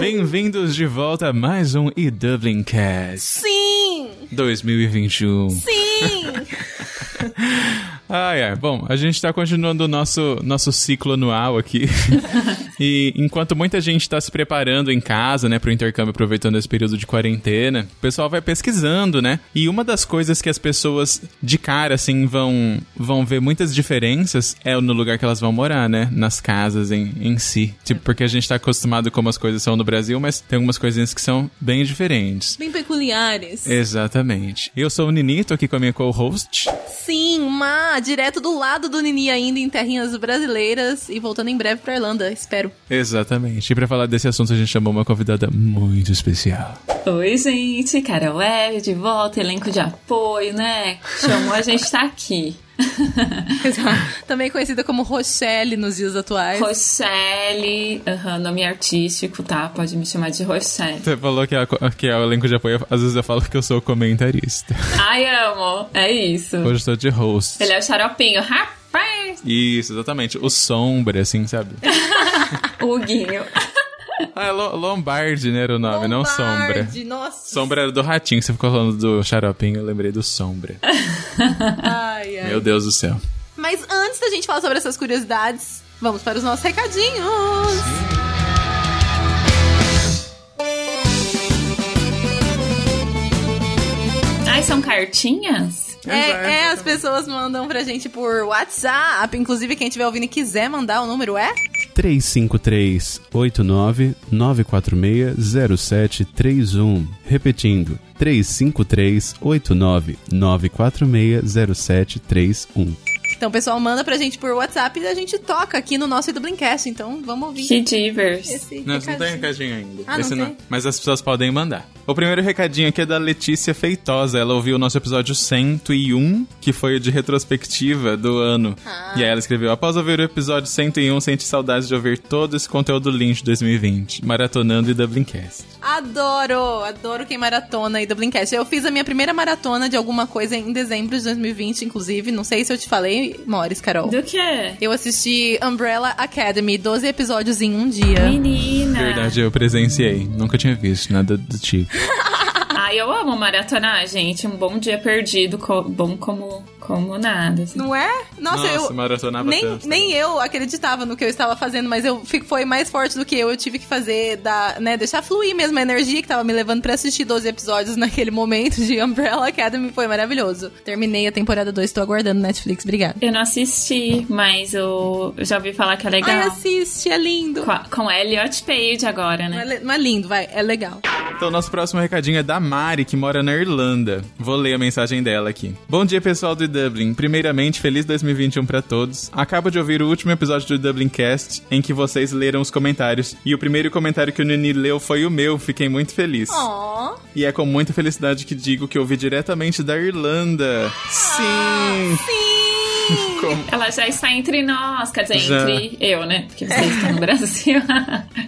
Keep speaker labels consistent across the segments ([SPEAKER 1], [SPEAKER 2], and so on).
[SPEAKER 1] Bem-vindos de volta a mais um e Dublin Cast
[SPEAKER 2] Sim!
[SPEAKER 1] 2021.
[SPEAKER 2] Sim!
[SPEAKER 1] Ai, ai. Bom, a gente tá continuando o nosso, nosso ciclo anual aqui. e enquanto muita gente tá se preparando em casa, né, pro intercâmbio, aproveitando esse período de quarentena, o pessoal vai pesquisando, né? E uma das coisas que as pessoas de cara, assim, vão, vão ver muitas diferenças é no lugar que elas vão morar, né? Nas casas em, em si. Tipo, porque a gente tá acostumado como as coisas são no Brasil, mas tem algumas coisinhas que são bem diferentes.
[SPEAKER 2] Bem peculiares.
[SPEAKER 1] Exatamente. Eu sou o Ninito, aqui com a minha co-host.
[SPEAKER 2] Sim, Má, direto do lado do Nini ainda em terrinhas brasileiras e voltando em breve pra Irlanda, espero.
[SPEAKER 1] Exatamente. E pra falar desse assunto, a gente chamou uma convidada muito especial.
[SPEAKER 3] Oi, gente, Carol Web de volta, elenco de apoio, né? Chamou a gente tá aqui.
[SPEAKER 2] Também conhecida como Rochelle nos dias atuais.
[SPEAKER 3] Rochelle, aham, nome artístico, tá? Pode me chamar de Rochelle.
[SPEAKER 1] Você falou que é, a- que é o elenco de apoio, às vezes eu falo que eu sou o comentarista.
[SPEAKER 3] Ai, amo, é isso.
[SPEAKER 1] Hoje eu estou de host.
[SPEAKER 3] Ele é o xaropinho, rapaz,
[SPEAKER 1] Isso, exatamente. O sombra, assim, sabe?
[SPEAKER 3] o Guinho.
[SPEAKER 1] Ah, é Lo- Lombardi, né, era o nome, não sombra.
[SPEAKER 2] Lombardi, Nossa.
[SPEAKER 1] Sombra era do ratinho, você ficou falando do xaropinho, eu lembrei do sombra.
[SPEAKER 2] Ai, ai.
[SPEAKER 1] Meu Deus do céu.
[SPEAKER 2] Mas antes da gente falar sobre essas curiosidades, vamos para os nossos recadinhos.
[SPEAKER 3] Ai, são cartinhas?
[SPEAKER 1] Exato.
[SPEAKER 2] É, é, as pessoas mandam pra gente por WhatsApp. Inclusive, quem estiver ouvindo e quiser mandar, o número é
[SPEAKER 4] 353 89 946 0731. Repetindo, 353 89 946 0731.
[SPEAKER 2] Então, o pessoal manda pra gente por WhatsApp e a gente toca aqui no nosso Dublincast. Então, vamos ouvir
[SPEAKER 3] Que divers.
[SPEAKER 2] esse
[SPEAKER 1] Não, tá você não tem
[SPEAKER 2] recadinho.
[SPEAKER 1] recadinho ainda.
[SPEAKER 2] Ah, não
[SPEAKER 1] Esse
[SPEAKER 2] tem?
[SPEAKER 1] Mas as pessoas podem mandar. O primeiro recadinho aqui é da Letícia Feitosa. Ela ouviu o nosso episódio 101, que foi o de retrospectiva do ano.
[SPEAKER 2] Ah.
[SPEAKER 1] E aí ela escreveu: Após ouvir o episódio 101, sente saudades de ouvir todo esse conteúdo lindo de 2020, maratonando e Dublincast.
[SPEAKER 2] Adoro, adoro quem maratona e Dublincast. Eu fiz a minha primeira maratona de alguma coisa em dezembro de 2020, inclusive. Não sei se eu te falei, Mores, Carol.
[SPEAKER 3] Do que?
[SPEAKER 2] Eu assisti Umbrella Academy, 12 episódios em um dia.
[SPEAKER 3] Menina.
[SPEAKER 1] Verdade, eu presenciei. Nunca tinha visto nada do tipo.
[SPEAKER 3] Ai, eu amo maratonar, gente. Um bom dia perdido, co- bom como, como nada. assim.
[SPEAKER 2] Não é? Nossa, eu.
[SPEAKER 1] maratonava
[SPEAKER 2] Nem,
[SPEAKER 1] tanto.
[SPEAKER 2] nem eu acreditava no que eu estava fazendo, mas eu fi- foi mais forte do que eu. Eu tive que fazer, da, né, deixar fluir mesmo a energia que tava me levando pra assistir 12 episódios naquele momento de Umbrella Academy. Foi maravilhoso. Terminei a temporada 2, tô aguardando Netflix, obrigada.
[SPEAKER 3] Eu não assisti, mas eu eu já ouvi falar que é legal.
[SPEAKER 2] Ai, assiste, é lindo.
[SPEAKER 3] Com, a- com Elliot Page agora,
[SPEAKER 2] Não é,
[SPEAKER 3] né?
[SPEAKER 2] le- não é lindo, vai, é legal.
[SPEAKER 1] Então, nosso próximo recadinho é da Mari, que mora na Irlanda. Vou ler a mensagem dela aqui. Bom dia, pessoal do Dublin. Primeiramente, feliz 2021 pra todos. Acabo de ouvir o último episódio do Dublin Cast, em que vocês leram os comentários. E o primeiro comentário que o Nini leu foi o meu. Fiquei muito feliz.
[SPEAKER 2] Ó,
[SPEAKER 1] E é com muita felicidade que digo que ouvi diretamente da Irlanda. Sim!
[SPEAKER 2] sim!
[SPEAKER 1] Como,
[SPEAKER 3] Ela já está entre nós, quer dizer,
[SPEAKER 1] Já.
[SPEAKER 3] entre eu, né? Porque vocês estão no Brasil.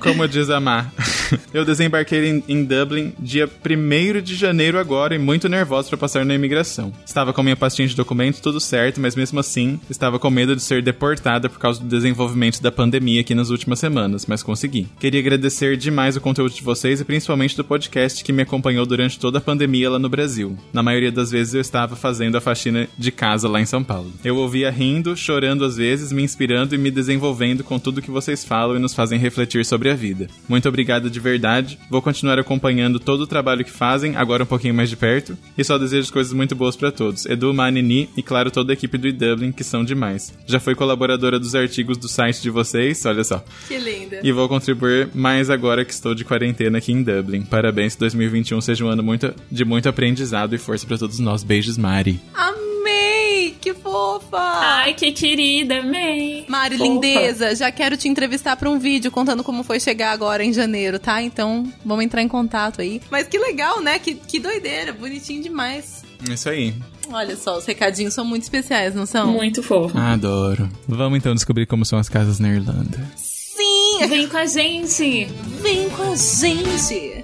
[SPEAKER 1] Como diz a Má. Eu desembarquei em, em Dublin dia 1 de janeiro agora e muito nervosa pra passar na imigração. Estava com minha pastinha de documentos tudo certo, mas mesmo assim estava com medo de ser deportada por causa do desenvolvimento da pandemia aqui nas últimas semanas, mas consegui. Queria agradecer demais o conteúdo de vocês e principalmente do podcast que me acompanhou durante toda a pandemia lá no Brasil. Na maioria das vezes eu estava fazendo a faxina de casa lá em São Paulo. Eu ouvia rindo, chorando às vezes, me inspirando e me desenvolvendo com tudo que vocês falam e nos fazem refletir sobre a vida. Muito obrigado de verdade. Vou continuar acompanhando todo o trabalho que fazem, agora um pouquinho mais de perto, e só desejo coisas muito boas pra todos. Edu, Manini e claro toda a equipe do Dublin que são demais. Já fui colaboradora dos artigos do site de vocês, olha só.
[SPEAKER 2] Que linda.
[SPEAKER 1] E vou contribuir mais agora que estou de quarentena aqui em Dublin. Parabéns, que 2021 seja um ano muito, de muito aprendizado e força pra todos nós. Beijos, Mari.
[SPEAKER 2] Amei! Que fofa!
[SPEAKER 1] Ah,
[SPEAKER 3] Ai, que querida, May.
[SPEAKER 2] Mari,
[SPEAKER 3] Fofa.
[SPEAKER 2] lindeza, já quero te entrevistar pra um vídeo contando como foi chegar agora em janeiro, tá? Então, vamos entrar em contato aí. Mas que legal, né? Que, que doideira, bonitinho demais.
[SPEAKER 1] É Isso aí.
[SPEAKER 2] Olha só, os recadinhos são muito especiais, não são?
[SPEAKER 3] Muito fofo.
[SPEAKER 1] Adoro. Vamos então descobrir como são as casas na Irlanda.
[SPEAKER 2] Sim!
[SPEAKER 3] Vem com a gente.
[SPEAKER 2] Vem com a gente!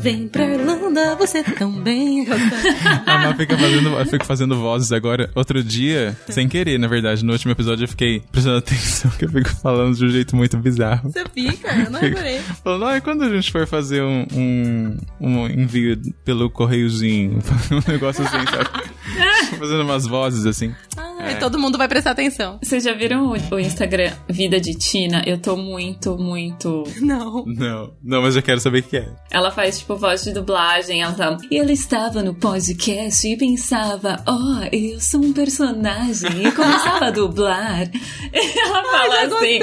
[SPEAKER 2] Vem pra Irlanda! linda, você também.
[SPEAKER 1] A Má Ah, fica fazendo, eu fico fazendo vozes agora. Outro dia, sem querer, na verdade, no último episódio eu fiquei prestando atenção que eu fico falando de um jeito muito bizarro.
[SPEAKER 2] Você fica, eu não adorei.
[SPEAKER 1] Falando, ah, e quando a gente for fazer um, um, um envio pelo correiozinho, um negócio assim, sabe? fazendo umas vozes assim.
[SPEAKER 2] Ah, e todo mundo vai prestar atenção.
[SPEAKER 3] Vocês já viram o, o Instagram Vida de Tina? Eu tô muito, muito.
[SPEAKER 2] Não.
[SPEAKER 1] Não, não, mas eu quero saber o que é.
[SPEAKER 3] Ela faz tipo voz de dublagem. Ela fala. E ela estava no podcast e pensava: Oh, eu sou um personagem. E começava a dublar. Ela fala
[SPEAKER 2] já
[SPEAKER 3] assim.
[SPEAKER 2] gostei.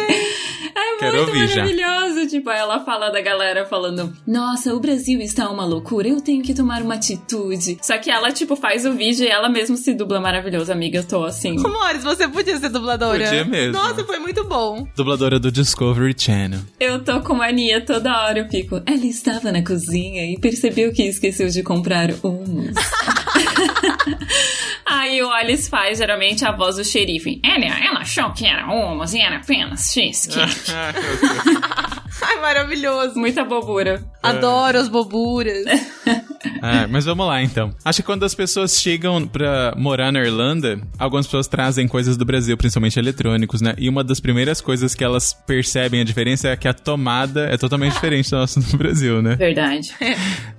[SPEAKER 3] É
[SPEAKER 1] Quero
[SPEAKER 3] muito
[SPEAKER 1] ouvir já.
[SPEAKER 3] maravilhoso. Tipo, aí ela fala da galera falando: Nossa, o Brasil está uma loucura. Eu tenho que tomar uma atitude. Só que ela, tipo, faz o vídeo e ela mesma se dubla maravilhoso, amiga. Eu tô assim.
[SPEAKER 2] Amores, você podia ser dubladora.
[SPEAKER 1] Podia mesmo.
[SPEAKER 2] Nossa, foi muito bom.
[SPEAKER 1] Dubladora do Discovery Channel.
[SPEAKER 3] Eu tô com mania toda hora, eu fico. Ela estava na cozinha e percebeu que esqueceu de comprar hummus. Aí o Alice faz geralmente a voz do xerife. Ela, ela achou que era hummus e era apenas cheesecake.
[SPEAKER 1] Ah.
[SPEAKER 2] Ai, maravilhoso.
[SPEAKER 1] É.
[SPEAKER 3] Muita bobura.
[SPEAKER 2] Adoro as boburas.
[SPEAKER 1] Ah, mas vamos lá então. Acho que quando as pessoas chegam pra morar na Irlanda, algumas pessoas trazem coisas do Brasil, principalmente eletrônicos, né? E uma das primeiras coisas que elas percebem a diferença é que a tomada é totalmente diferente da nossa do Brasil, né?
[SPEAKER 3] Verdade.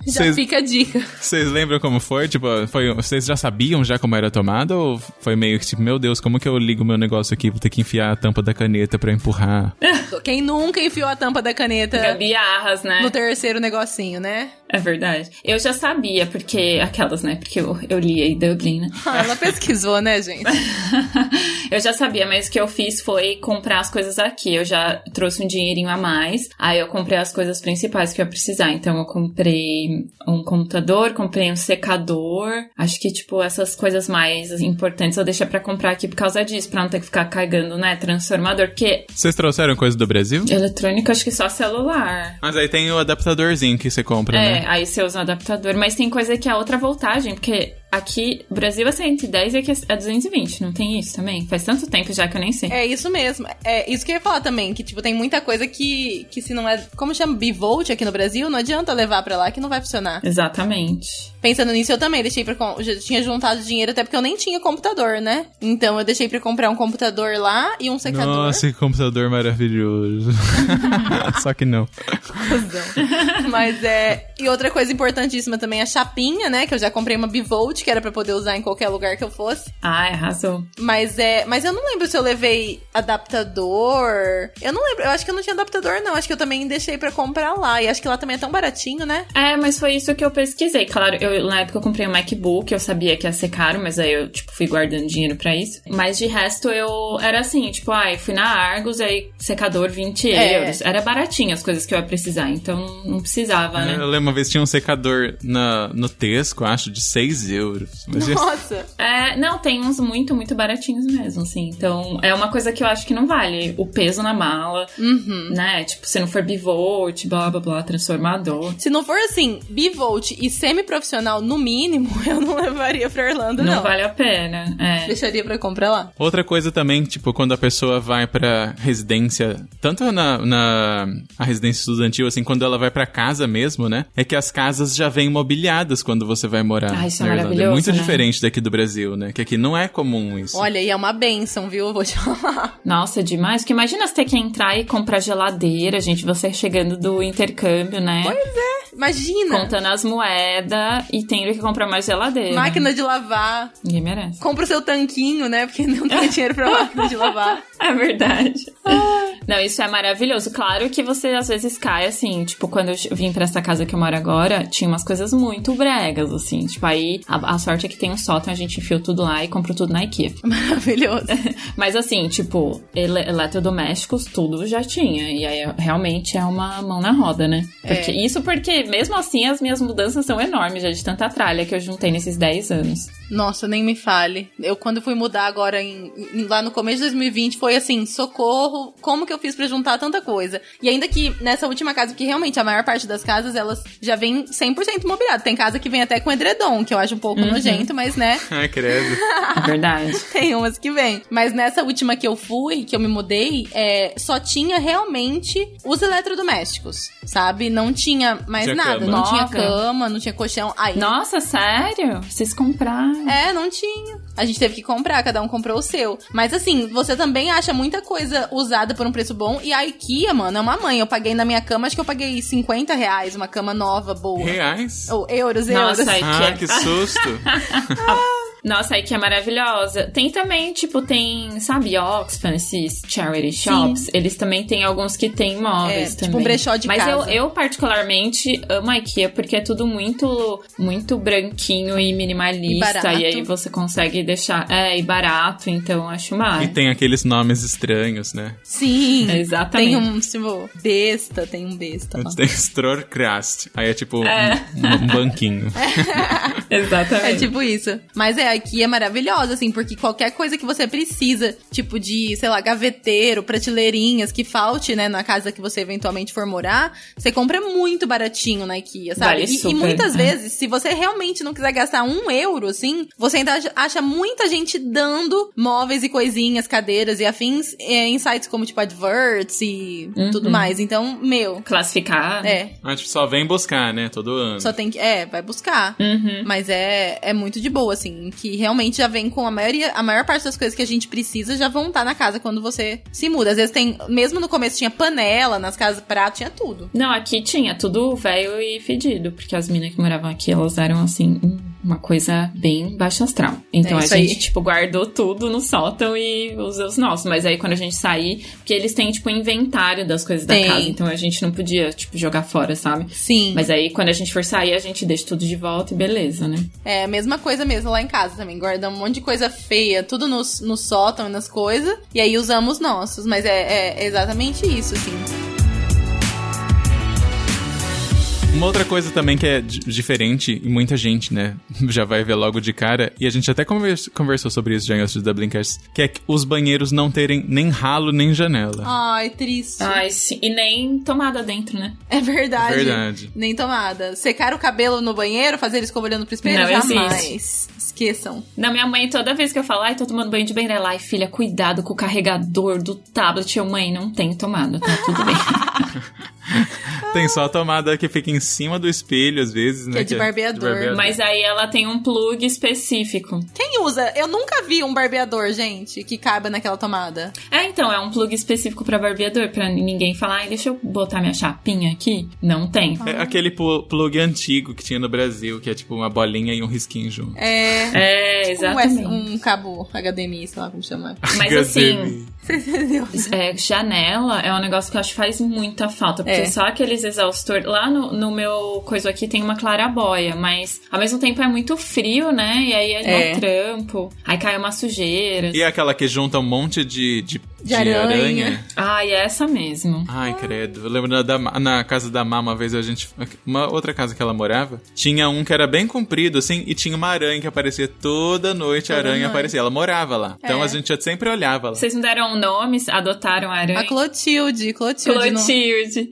[SPEAKER 2] Já
[SPEAKER 1] Vocês-
[SPEAKER 2] fica a dica.
[SPEAKER 1] Vocês lembram como foi? Tipo, foi, vocês já sabiam já como era a tomada ou foi meio que tipo, meu Deus, como que eu ligo meu negócio aqui? Vou ter que enfiar a tampa da caneta pra empurrar.
[SPEAKER 2] Quem nunca enfiou a tampa da caneta
[SPEAKER 3] Gabiarras, né?
[SPEAKER 2] no terceiro negocinho, né?
[SPEAKER 3] É verdade. Eu já sabia, porque. Aquelas, né? Porque eu, eu li aí Dublin, né?
[SPEAKER 2] Ah, Ela pesquisou, né, gente?
[SPEAKER 3] eu já sabia, mas o que eu fiz foi comprar as coisas aqui. Eu já trouxe um dinheirinho a mais. Aí eu comprei as coisas principais que eu ia precisar. Então eu comprei um computador, comprei um secador. Acho que, tipo, essas coisas mais importantes eu deixei pra comprar aqui por causa disso, pra não ter que ficar carregando, né? Transformador, porque
[SPEAKER 1] Vocês trouxeram coisa do Brasil?
[SPEAKER 3] eletrônico acho que só celular.
[SPEAKER 1] Mas aí tem o adaptadorzinho que você compra,
[SPEAKER 3] É,
[SPEAKER 1] né?
[SPEAKER 3] aí você usa um adaptador, mas tem coisa que é outra voltagem, porque aqui, Brasil é 110 e aqui é 220, não tem isso também? Faz tanto tempo já que eu nem sei.
[SPEAKER 2] É isso mesmo. É isso que eu ia falar também, que, tipo, tem muita coisa que, que se não é... Como chama? Bivolt aqui no Brasil, não adianta levar pra lá que não vai funcionar.
[SPEAKER 3] Exatamente.
[SPEAKER 2] Pensando nisso, eu também deixei pra... com- Já tinha juntado dinheiro, até porque eu nem tinha computador, né? Então, eu deixei pra comprar um computador lá e um secador.
[SPEAKER 1] Nossa, que computador maravilhoso. Só que não.
[SPEAKER 2] Mas é. E outra coisa importantíssima também, a chapinha, né? Que eu já comprei uma bivolt, que era pra poder usar em qualquer lugar que eu fosse.
[SPEAKER 3] Ah, arrasou.
[SPEAKER 2] Mas é. Mas eu não lembro se eu levei adaptador. Eu não lembro. Eu acho que eu não tinha adaptador, não. Acho que eu também deixei pra comprar lá. E acho que lá também é tão baratinho, né?
[SPEAKER 3] É, mas foi isso que eu pesquisei. Claro, eu, na época eu comprei um MacBook, eu sabia que ia ser caro, mas aí eu, tipo, fui guardando dinheiro pra isso. Mas de resto, eu era assim, tipo, ai, fui na Argos, aí secador 20
[SPEAKER 2] É.
[SPEAKER 3] euros. Era baratinho as coisas que eu ia precisar, então não precisava, né?
[SPEAKER 1] Eu lembro uma vez tinha um secador na, no Tesco, acho, de 6 euros. Mas ia-
[SPEAKER 2] Nossa!
[SPEAKER 3] É, não, tem uns muito, muito baratinhos mesmo, assim. Então, é uma coisa que eu acho que não vale. O peso na mala,
[SPEAKER 2] Uhum.
[SPEAKER 3] né? Tipo, se não for bivolt, blá, blá, blá, transformador.
[SPEAKER 2] Se não for assim, bivolt e semi-profissional no mínimo, eu não levaria pra Irlanda,
[SPEAKER 3] Não,
[SPEAKER 2] não.
[SPEAKER 3] vale a pena, é.
[SPEAKER 2] Deixaria pra comprar lá.
[SPEAKER 1] Outra coisa também, tipo, quando a pessoa vai pra residência, tanto na, na a residência estudantil, assim, quando ela vai pra casa mesmo, né? É que as casas já vêm mobiliadas quando você vai morar
[SPEAKER 3] Ah, isso é
[SPEAKER 1] na Irlanda. É
[SPEAKER 3] maravilhoso,
[SPEAKER 1] muito
[SPEAKER 3] né?
[SPEAKER 1] diferente daqui do Brasil, né? Que aqui não é comum isso.
[SPEAKER 2] Olha, e é uma benção, viu? Eu Vou te falar.
[SPEAKER 3] Nossa, é demais. Porque imagina você ter que entrar e comprar geladeira, gente. Você chegando do intercâmbio, né?
[SPEAKER 2] é. Imagina!
[SPEAKER 3] Contando as moedas e tendo que comprar mais geladeira.
[SPEAKER 2] Máquina de lavar.
[SPEAKER 3] Ninguém merece.
[SPEAKER 2] Compra o seu tanquinho, né? Porque não tem dinheiro pra máquina de lavar.
[SPEAKER 3] É verdade. Não, isso é maravilhoso. Claro que você às vezes cai assim, tipo, quando eu vim pra essa casa que eu moro agora, tinha umas coisas muito bregas, assim. Tipo, aí a, a sorte é que tem um sótão, a gente enfiou tudo lá e comprou tudo na IKEA.
[SPEAKER 2] Maravilhoso.
[SPEAKER 3] Mas assim, tipo, ele, eletrodomésticos, tudo já tinha. E aí realmente é uma mão na roda, né? Porque, Isso porque, mesmo assim, as minhas mudanças são enormes, já de tanta tralha que eu juntei nesses 10 anos.
[SPEAKER 2] Nossa, nem me fale. Eu, quando fui mudar agora, em, em- lá no começo de 2020, foi assim: socorro, como que eu fiz pra juntar tanta coisa? E ainda que nessa última casa, que realmente a maior parte das casas, elas já vem 100% mobiliado. Tem casa que vem até com edredom, que eu acho um pouco nojento, mas né,
[SPEAKER 1] Ai, credo.
[SPEAKER 3] É verdade.
[SPEAKER 2] tem umas que vem. Mas nessa última que eu fui, que eu me mudei, é, só tinha realmente os eletrodomésticos, sabe? Não tinha mais
[SPEAKER 1] Tinha
[SPEAKER 2] nada.
[SPEAKER 1] cama.
[SPEAKER 2] Não tinha
[SPEAKER 3] Nossa.
[SPEAKER 2] cama, não tinha colchão. Aí,
[SPEAKER 3] Nossa, sério? Vocês compraram?
[SPEAKER 2] é, não tinha. A gente teve que comprar, cada um comprou o seu. Mas assim, você também acha muita coisa usada por um preço bom. E a IKEA, mano, é uma mãe. Eu paguei na minha cama, acho que eu paguei 50 reais uma cama nova, boa.
[SPEAKER 1] Reais?
[SPEAKER 2] Ou euros, euros.
[SPEAKER 3] Nossa, é aí
[SPEAKER 1] Ah, que
[SPEAKER 3] que
[SPEAKER 1] susto.
[SPEAKER 3] Nossa, aí que é maravilhosa. Tem também, tipo, tem, sabe, Oxfam, esses charity shops. Eles também têm alguns que têm
[SPEAKER 2] É,
[SPEAKER 3] imóveis
[SPEAKER 2] tipo
[SPEAKER 3] também.
[SPEAKER 2] um brechó de
[SPEAKER 3] Mas
[SPEAKER 2] casa.
[SPEAKER 3] eu, eu, particularmente, amo a IKEA porque é tudo muito, muito branquinho e
[SPEAKER 2] E
[SPEAKER 3] minimalista.
[SPEAKER 2] barato.
[SPEAKER 3] aí você consegue deixar. É, e barato, então acho mais.
[SPEAKER 1] E tem aqueles nomes estranhos, né?
[SPEAKER 2] Sim.
[SPEAKER 3] Exatamente.
[SPEAKER 2] Tem um, tipo, besta, tem um besta. lá.
[SPEAKER 1] Antes tem Strorcrast. Aí é tipo um- um, um banquinho.
[SPEAKER 3] Exatamente.
[SPEAKER 2] É tipo isso. Mas é, aqui é maravilhosa, assim, porque qualquer coisa que você precisa, tipo de, sei lá, gaveteiro, prateleirinhas que falte, né, na casa que você eventualmente for morar, você compra muito baratinho na IKEA, sabe?
[SPEAKER 3] Vale
[SPEAKER 2] e, e
[SPEAKER 3] super,
[SPEAKER 2] muitas
[SPEAKER 3] né?
[SPEAKER 2] vezes, se você realmente não quiser gastar um euro, assim, você ainda acha- acha muita gente dando móveis e coisinhas, cadeiras e afins é, em sites como, tipo, Adverts e tudo mais. Então, meu,
[SPEAKER 3] Classificar.
[SPEAKER 2] é,
[SPEAKER 1] Mas tipo, só vem buscar, né? Todo ano.
[SPEAKER 2] só tem que. É, vai buscar.
[SPEAKER 3] Uhum.
[SPEAKER 2] Mas é, é muito de boa, assim. Que realmente já vem com a maioria. A maior parte das coisas que a gente precisa já vão estar na casa quando você se muda. Às vezes tem. Mesmo no começo tinha panela, nas casas prato, tinha tudo.
[SPEAKER 3] Não, aqui tinha tudo velho e fedido, porque as minas que moravam aqui, elas eram assim, hum, uma coisa bem baixa astral. Então
[SPEAKER 2] É
[SPEAKER 3] a
[SPEAKER 2] isso
[SPEAKER 3] gente,
[SPEAKER 2] aí.
[SPEAKER 3] tipo, guardou tudo no sótão e usou os nossos. Mas aí quando a gente sair, porque eles têm, tipo, inventário das coisas
[SPEAKER 2] Tem.
[SPEAKER 3] da casa, então a gente não podia, tipo, jogar fora, sabe?
[SPEAKER 2] Sim.
[SPEAKER 3] Mas aí quando a gente for sair, a gente deixa tudo de volta e beleza, né?
[SPEAKER 2] É a mesma coisa mesmo lá em casa também. Guardamos um monte de coisa feia, tudo no, no sótão e nas coisas. E aí usamos nossos. Mas é, é exatamente isso, assim.
[SPEAKER 1] Uma outra coisa também que é di- diferente, e muita gente, né, já vai ver logo de cara, e a gente até convers- conversou sobre isso já em outros Dublincast, que é que os banheiros não terem nem ralo nem janela.
[SPEAKER 2] Ai, triste.
[SPEAKER 3] Ai, sim. E nem tomada dentro, né?
[SPEAKER 2] É verdade.
[SPEAKER 1] Verdade.
[SPEAKER 2] Nem tomada. Secar o cabelo no banheiro, fazer escova olhando pro espelho?
[SPEAKER 3] Não
[SPEAKER 2] Jamais. Esqueçam.
[SPEAKER 3] Na minha mãe, toda vez que eu falo, ai, tô tomando banho de banheiro, ela, ai, filha, cuidado com o carregador do tablet. Eu, mãe, não tem tomada, tá tudo bem.
[SPEAKER 1] Tem só a tomada que fica em cima do espelho, às vezes, né?
[SPEAKER 2] Ah. Que é de barbeador.
[SPEAKER 3] Mas aí ela tem um plug específico.
[SPEAKER 2] Quem usa? Eu nunca vi um barbeador, gente, que caiba naquela tomada.
[SPEAKER 3] É, então, é um plug específico pra barbeador, pra ninguém falar, ai, deixa eu botar minha chapinha aqui. Não tem.
[SPEAKER 2] Ah.
[SPEAKER 1] É aquele plu- plug antigo que tinha no Brasil, que é tipo uma bolinha e um risquinho junto.
[SPEAKER 2] É.
[SPEAKER 3] É,
[SPEAKER 2] Um, S-
[SPEAKER 3] exatamente.
[SPEAKER 2] um cabo HDMI, sei lá como chamar.
[SPEAKER 3] Mas
[SPEAKER 1] Quer
[SPEAKER 3] assim,
[SPEAKER 1] dizer,
[SPEAKER 2] Entendeu?
[SPEAKER 3] é, janela é um negócio que eu acho que faz muita falta. Porque
[SPEAKER 2] É.
[SPEAKER 3] só aqueles exaustores. Lá no, no meu coisa aqui tem uma clarabóia, mas ao mesmo tempo é muito frio, né? E aí é,
[SPEAKER 2] É.
[SPEAKER 3] um trampo. Aí cai uma sujeira.
[SPEAKER 1] E é aquela que junta um monte de, de, de,
[SPEAKER 2] aranha.
[SPEAKER 3] Ai, é essa mesmo.
[SPEAKER 1] Ai, credo. Eu lembro na, da- na casa da Má, uma vez a gente. Uma outra casa que ela morava, tinha um que era bem comprido, assim, e tinha uma aranha que aparecia toda noite, a
[SPEAKER 2] Toda
[SPEAKER 1] aranha
[SPEAKER 2] noite.
[SPEAKER 1] aparecia. Ela morava lá. Então
[SPEAKER 2] É.
[SPEAKER 1] a gente sempre olhava lá.
[SPEAKER 3] Vocês não deram nomes, adotaram a aranha?
[SPEAKER 2] A Clotilde, Clotilde.
[SPEAKER 3] Clotilde.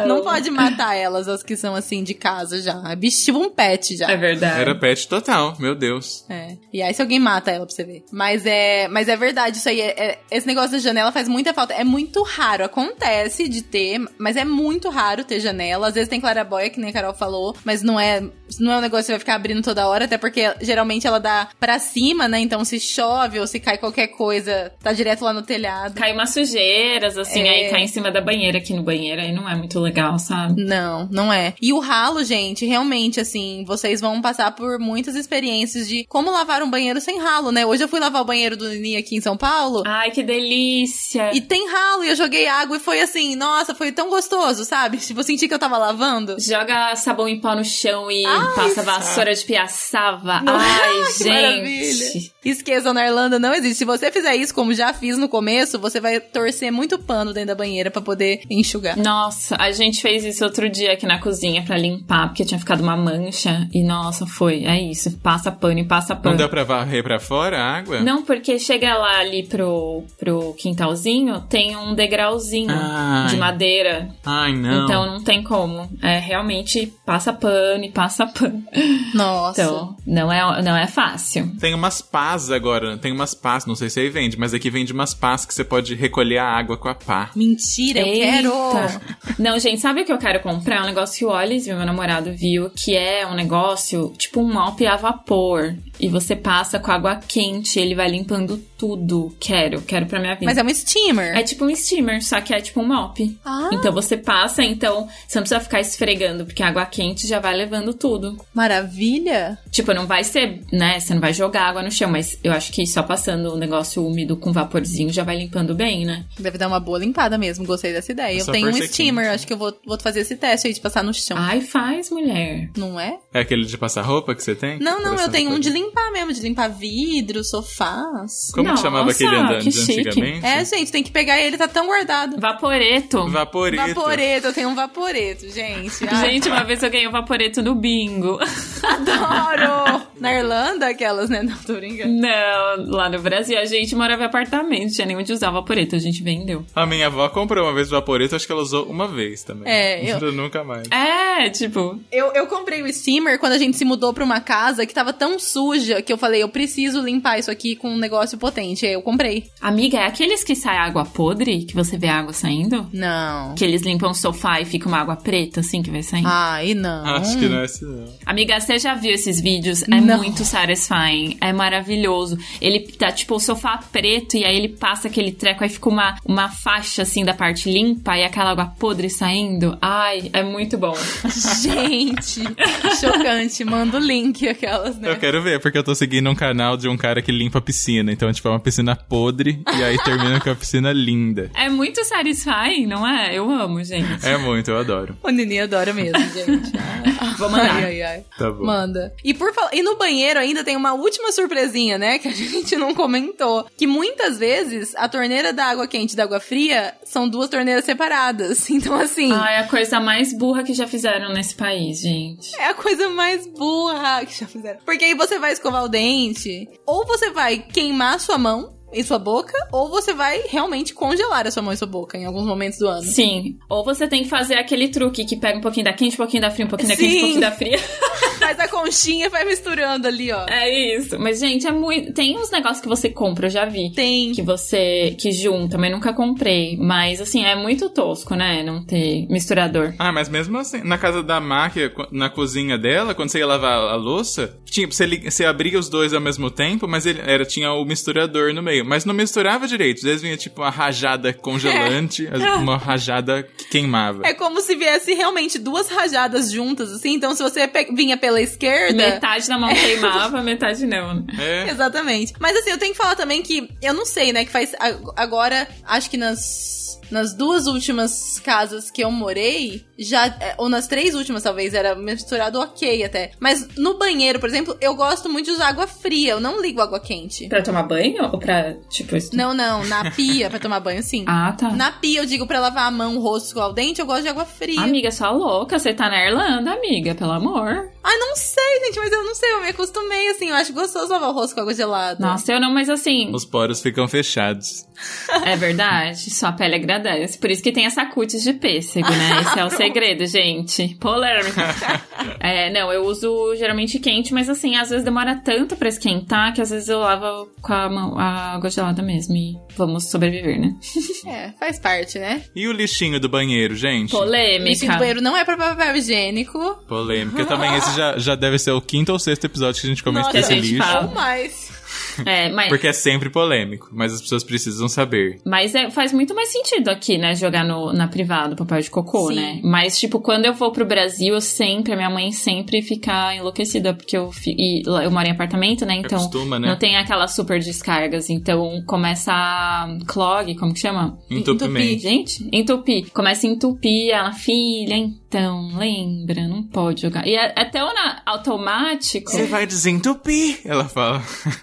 [SPEAKER 2] Não, não pode matar elas, as que são assim de casa já. É bicho tipo um pet já.
[SPEAKER 3] É verdade.
[SPEAKER 1] Era pet total, meu Deus.
[SPEAKER 2] É. E aí se alguém mata ela pra você ver. Mas é, mas é verdade, isso aí é- é- esse negócio da janela faz muita falta. É muito raro, acontece de ter, mas é muito raro ter janela. Às vezes tem claraboia, que nem a Carol falou, mas não é, não é um negócio que você vai ficar abrindo toda hora, até porque geralmente ela dá pra cima, né? Então se chove ou se cai qualquer coisa, tá direto lá no telhado.
[SPEAKER 3] Cai umas sujeiras, assim,
[SPEAKER 2] É.
[SPEAKER 3] aí cai em cima da banheira, aqui no banheiro, aí não é muito legal, sabe?
[SPEAKER 2] Não, não é. E o ralo, gente, realmente, assim, vocês vão passar por muitas experiências de como lavar um banheiro sem ralo, né? Hoje eu fui lavar o banheiro do Nini aqui em São Paulo.
[SPEAKER 3] Ai, que delícia!
[SPEAKER 2] E tem ralo, e eu joguei água e foi assim, nossa, foi tão gostoso, sabe? Tipo, eu senti que eu tava lavando.
[SPEAKER 3] Joga sabão em pó no chão e passa vassoura de piaçava. Ai,
[SPEAKER 2] que maravilha.
[SPEAKER 3] gente.
[SPEAKER 2] Esqueçam, na Irlanda não existe. Se você fizer isso, como já fiz no começo, você vai torcer muito pano dentro da banheira pra poder enxugar.
[SPEAKER 3] Nossa, a gente fez isso outro dia aqui na cozinha pra limpar, porque tinha ficado uma mancha. E nossa, foi. É isso. Passa pano e passa pano.
[SPEAKER 2] Ah.
[SPEAKER 1] Não deu pra varrer pra fora a água?
[SPEAKER 3] Não, porque chega lá ali pro, pro quintalzinho, tem um degrauzinho
[SPEAKER 1] Ai.
[SPEAKER 3] de madeira.
[SPEAKER 1] Ai, não.
[SPEAKER 3] Então não tem como. É realmente passa pano e passa pano.
[SPEAKER 2] Nossa.
[SPEAKER 3] Então, não é, não é fácil.
[SPEAKER 1] Tem umas pás agora, tem umas pás, não sei se aí vende, mas aqui vende umas pás que você pode recolher a água com a pá.
[SPEAKER 2] Mentira, eu quero!
[SPEAKER 3] Eita. Não, gente, sabe o que eu quero comprar? Um negócio que o Olis, meu namorado, viu, que é um negócio tipo um mop a vapor. E você passa com água quente, ele vai limpando tudo. Quero, quero pra minha vida.
[SPEAKER 2] Mas é um steamer.
[SPEAKER 3] É tipo um steamer, só que é tipo um mop.
[SPEAKER 2] Ah.
[SPEAKER 3] Então você passa, então você não precisa ficar esfregando, porque a água quente já vai levando tudo.
[SPEAKER 2] Maravilha!
[SPEAKER 3] Tipo, não vai ser, né? Você não vai jogar água no chão, mas eu acho que só passando um negócio úmido com vaporzinho já vai limpando bem, né?
[SPEAKER 2] Deve dar uma boa limpada mesmo, gostei dessa ideia.
[SPEAKER 1] Só
[SPEAKER 2] eu tenho
[SPEAKER 1] por
[SPEAKER 2] um
[SPEAKER 1] ser
[SPEAKER 2] steamer,
[SPEAKER 1] quente. Ah.
[SPEAKER 2] acho que eu vou, vou fazer esse teste aí de passar no chão.
[SPEAKER 3] Então, Ai, faz, mulher.
[SPEAKER 2] Não é?
[SPEAKER 1] É aquele de passar roupa que você tem?
[SPEAKER 2] Não, não,
[SPEAKER 1] Parece
[SPEAKER 2] eu tenho
[SPEAKER 1] uma
[SPEAKER 2] um de
[SPEAKER 1] coisa.
[SPEAKER 2] limpar mesmo, de limpar vidro, sofás.
[SPEAKER 1] Como que
[SPEAKER 3] Nossa,
[SPEAKER 1] chamava aquele andante
[SPEAKER 3] que chique.
[SPEAKER 1] antigamente? Um
[SPEAKER 2] É, gente, tem que pegar ele, tá tão guardado.
[SPEAKER 3] Vaporeto.
[SPEAKER 1] Vaporito.
[SPEAKER 2] Vaporeto, eu tenho um vaporeto, gente. Ai, tá
[SPEAKER 3] Gente, uma vez eu ganhei o vaporeto no bingo.
[SPEAKER 2] adoro! Na Irlanda, aquelas, né? Não, tô brincando.
[SPEAKER 3] Não, lá no Brasil a gente morava em apartamento, não tinha nem onde usar o vaporeto, a gente vendeu.
[SPEAKER 1] A minha avó comprou uma vez o vaporito, acho que ela usou uma vez também.
[SPEAKER 2] É, eu-
[SPEAKER 1] Nunca mais.
[SPEAKER 3] É, tipo,
[SPEAKER 2] Eu, eu comprei o steamer quando a gente se mudou pra uma casa que tava tão suja que eu falei, eu preciso limpar isso aqui com um negócio potente. Aí eu comprei.
[SPEAKER 3] amiga, é aqueles que sai água podre, que você vê a água saindo?
[SPEAKER 2] Não.
[SPEAKER 3] Que eles limpam o sofá e fica uma água preta, assim, que vai saindo.
[SPEAKER 2] Ai, não.
[SPEAKER 1] Acho que não é esse não.
[SPEAKER 3] Amiga, você já viu esses vídeos? É
[SPEAKER 2] Não.
[SPEAKER 3] muito satisfying, é maravilhoso. Ele tá, tipo, o sofá preto e aí ele passa aquele treco, aí fica uma, uma faixa, assim, da parte limpa e aquela água podre saindo. Ai, é muito bom.
[SPEAKER 2] Gente, chocante. Manda o link, aquelas, né?
[SPEAKER 1] Eu quero ver, porque eu tô seguindo um canal de um cara que limpa a piscina. Então, tipo, é uma piscina podre e aí termina com a piscina linda.
[SPEAKER 3] É muito satisfying, não é? Eu amo, gente.
[SPEAKER 1] É muito, eu adoro.
[SPEAKER 2] O Nini adora mesmo, gente.
[SPEAKER 3] Vou mandar.
[SPEAKER 2] É. Ai, ai, ai.
[SPEAKER 1] Tá bom.
[SPEAKER 2] Manda. E por fal- e no banheiro ainda tem uma última surpresinha, né, que a gente não comentou, que muitas vezes a torneira da água quente e da água fria são duas torneiras separadas. Então assim,
[SPEAKER 3] Ai, a coisa mais burra que já fizeram nesse país, gente.
[SPEAKER 2] é a coisa mais burra que já fizeram. Porque aí você vai escovar o dente, ou você vai queimar a sua mão e sua boca, ou você vai realmente congelar a sua mão e sua boca em alguns momentos do ano.
[SPEAKER 3] Sim. Ou você tem que fazer aquele truque que pega um pouquinho da quente, um pouquinho da fria, um pouquinho da
[SPEAKER 2] Sim.
[SPEAKER 3] quente, um pouquinho da fria.
[SPEAKER 2] Faz a conchinha e vai misturando ali, ó.
[SPEAKER 3] É isso. Mas, gente, é muito. Tem uns negócios que você compra, eu já vi.
[SPEAKER 2] Tem.
[SPEAKER 3] Que você. que junta, mas nunca comprei. Mas, assim, é muito tosco, né? Não ter misturador.
[SPEAKER 1] Ah, mas mesmo assim, na casa da máquina, na cozinha dela, quando você ia lavar a louça, tinha, você, li- você abria os dois ao mesmo tempo, mas ele era, tinha o misturador no meio. Mas não misturava direito. Às vezes vinha tipo uma rajada congelante,
[SPEAKER 3] É.
[SPEAKER 1] às vezes uma rajada que queimava.
[SPEAKER 2] É como se viesse realmente duas rajadas juntas, assim. Então, se você pe- vinha pela esquerda.
[SPEAKER 3] Metade da mão queimava, metade não. né?
[SPEAKER 1] É.
[SPEAKER 2] Exatamente. Mas assim, eu tenho que falar também que eu não sei, né? Que faz a- agora, acho que nas nas duas últimas casas que eu morei, já é, ou nas três últimas talvez era misturado ok até. Mas no banheiro, por exemplo, eu gosto muito de usar água fria. Eu não ligo água quente.
[SPEAKER 3] Pra tomar banho? Ou pra, tipo, isso?
[SPEAKER 2] Não, não. Na pia pra tomar banho, sim.
[SPEAKER 3] Ah, tá.
[SPEAKER 2] Na pia eu digo pra lavar a mão, o rosto, escovar o dente. Eu gosto de água fria.
[SPEAKER 3] Amiga, sua louca, você tá na Irlanda, amiga, pelo amor.
[SPEAKER 2] Ai, não sei, gente, mas eu não sei, eu me acostumei, assim, eu acho gostoso lavar o rosto com água gelada.
[SPEAKER 3] Nossa, eu não, mas assim,
[SPEAKER 1] Os poros ficam fechados.
[SPEAKER 3] é verdade, sua pele agradece. Por isso que tem essa cutis de pêssego, né? Esse é o segredo, gente. Polêmica. É, não, eu uso geralmente quente, mas assim, às vezes demora tanto pra esquentar que às vezes eu lavo com a, mão, a água gelada mesmo e vamos sobreviver, né?
[SPEAKER 2] É, faz parte, né?
[SPEAKER 1] E o lixinho do banheiro, gente?
[SPEAKER 3] Polêmica.
[SPEAKER 2] Lixinho do banheiro não é pra papel higiênico.
[SPEAKER 1] Polêmica também. Esse já, já deve ser o quinto ou sexto episódio que a gente comenta
[SPEAKER 2] Nossa,
[SPEAKER 1] esse
[SPEAKER 3] a gente
[SPEAKER 1] lixo.
[SPEAKER 3] fala.
[SPEAKER 2] Ou mais.
[SPEAKER 3] É, mas,
[SPEAKER 1] Porque é sempre polêmico, mas as pessoas precisam saber.
[SPEAKER 3] mas é- faz muito mais sentido aqui, né? Jogar no, na privada o papel de cocô,
[SPEAKER 2] Sim.
[SPEAKER 3] né? Mas, tipo, quando eu vou pro Brasil, eu sempre, a minha mãe sempre fica enlouquecida, porque eu, fi- e lá eu moro em apartamento, né? Então.
[SPEAKER 1] Acostuma, né?
[SPEAKER 3] Não tem aquelas super descargas, então começa a clog, como que chama?
[SPEAKER 1] Entupimento.
[SPEAKER 3] Gente, entupir. Começa a entupir, ela, filha, Então, lembra, não pode jogar. E é, é tão na- automático,
[SPEAKER 5] Você vai desentupir,
[SPEAKER 1] Ela fala.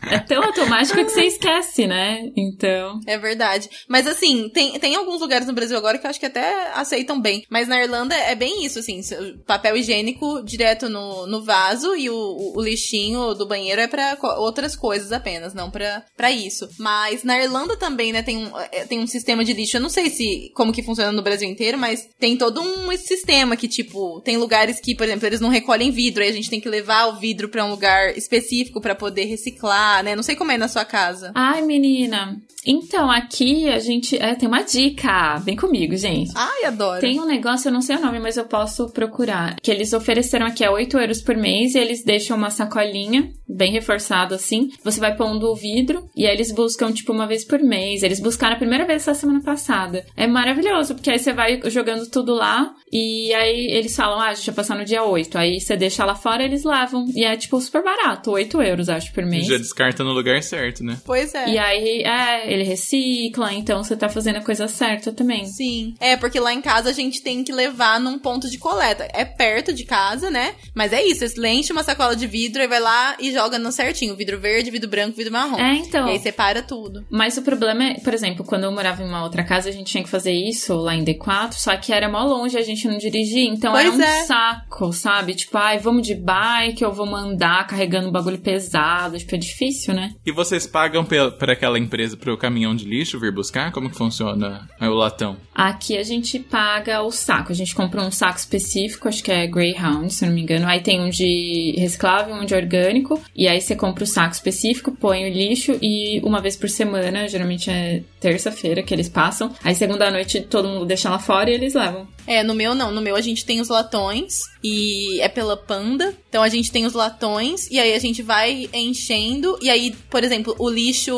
[SPEAKER 3] é tão automático que você esquece, né? Então,
[SPEAKER 2] É verdade. Mas assim, tem, tem alguns lugares no Brasil agora que eu acho que até aceitam bem. Mas na Irlanda é bem isso, assim. se- Papel higiênico direto no, no vaso e o, o- o lixinho do banheiro é pra co- outras coisas apenas, não pra, pra isso. Mas na Irlanda também, né, tem um, é, tem um sistema de lixo. Eu não sei se como que funciona no Brasil inteiro, mas tem todo um sistema que, tipo, tem lugares que, por exemplo, eles não recolhem vidro, aí a gente tem que levar o vidro pra um lugar específico pra poder reciclar, né? Não sei como é na sua casa.
[SPEAKER 3] ai menina. Então, aqui a gente é, tem uma dica. Vem comigo, gente.
[SPEAKER 2] Ai, adoro.
[SPEAKER 3] Tem um negócio, eu não sei o nome, mas eu posso procurar. Que eles ofereceram aqui a 8 euros por mês e eles deixam uma sacolinha, bem reforçada assim. Você vai pondo o vidro e aí eles buscam, tipo, uma vez por mês. Eles buscaram a primeira vez essa semana passada. É maravilhoso, porque aí você vai jogando tudo lá e aí eles falam, ah, deixa eu passar no dia 8. Aí você deixa lá fora eles levam. E é, tipo, super barato, 8 euros, acho, por mês.
[SPEAKER 1] Já descarta no lugar certo, né?
[SPEAKER 2] Pois é.
[SPEAKER 3] E aí, é, ele recicla, então você tá fazendo a coisa certa também.
[SPEAKER 2] Sim. É, porque lá em casa a gente tem que levar num ponto de coleta. É perto de casa, né? Mas é isso, você enche uma sacola de vidro e vai lá e joga no certinho. Vidro verde, vidro branco, vidro marrom.
[SPEAKER 3] É, então.
[SPEAKER 2] E aí separa tudo.
[SPEAKER 3] Mas o problema é, por exemplo, quando eu morava em uma outra casa, a gente tinha que fazer isso lá em D4, só que era mó longe, a gente não dirigia, então era
[SPEAKER 2] Pois
[SPEAKER 3] um
[SPEAKER 2] é.
[SPEAKER 3] saco, sabe? Tipo, ai, vamos de bike, eu vou mandar carregando um bagulho pesado, tipo, é difícil, né?
[SPEAKER 1] E vocês pagam pe- pra aquela empresa pro caminhão de lixo vir buscar? Como que funciona o latão?
[SPEAKER 3] Aqui a gente paga o saco, a gente compra um saco específico, acho que é Greyhound, se eu não me engano, aí tem um de reciclável, um de orgânico, e aí você compra o saco específico, põe o lixo e uma vez por semana, geralmente é terça-feira que eles passam, aí segunda noite todo mundo deixa lá fora e eles levam.
[SPEAKER 2] É, no meu não. No meu a gente tem os latões e é pela panda. Então a gente tem os latões e aí a gente vai enchendo. E aí, por exemplo, o lixo,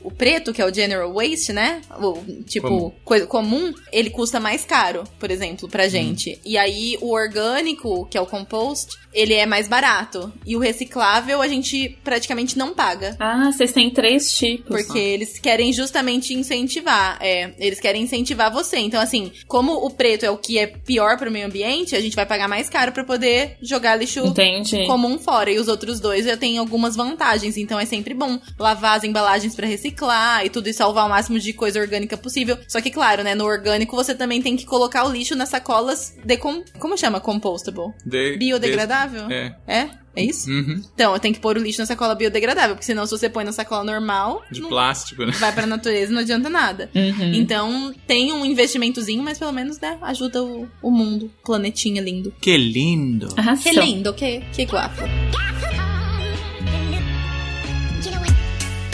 [SPEAKER 2] o preto, que é o general waste, né? O, tipo,
[SPEAKER 1] Comum.
[SPEAKER 2] coisa comum, ele custa mais caro, por exemplo, pra gente. E aí o orgânico, que é o compost, ele é mais barato. E o reciclável a gente praticamente não paga.
[SPEAKER 3] Ah, vocês têm três tipos.
[SPEAKER 2] Porque eles querem justamente incentivar. É, eles querem incentivar você. Então, assim, como o preto é o que é pior pro meio ambiente, a gente vai pagar mais caro pra poder jogar lixo
[SPEAKER 3] Entendi.
[SPEAKER 2] comum fora. E os outros dois já têm algumas vantagens. Então é sempre bom lavar as embalagens pra reciclar e tudo e salvar o máximo de coisa orgânica possível. Só que, claro, né, no orgânico você também tem que colocar o lixo nas sacolas de com... como chama? Compostable.
[SPEAKER 1] De-
[SPEAKER 2] Biodegradável?
[SPEAKER 1] de- é.
[SPEAKER 2] É? É isso?
[SPEAKER 1] Uhum.
[SPEAKER 2] Então, tem que pôr o lixo na sacola biodegradável, porque senão se você põe na sacola normal,
[SPEAKER 1] De
[SPEAKER 2] não
[SPEAKER 1] plástico, né?
[SPEAKER 2] vai pra natureza não adianta nada.
[SPEAKER 3] Uhum.
[SPEAKER 2] Então tem um investimentozinho, mas pelo menos, né, ajuda o, o mundo, planetinha lindo.
[SPEAKER 5] que lindo.
[SPEAKER 2] Que
[SPEAKER 3] Arrasou.
[SPEAKER 2] lindo, que, que guapo.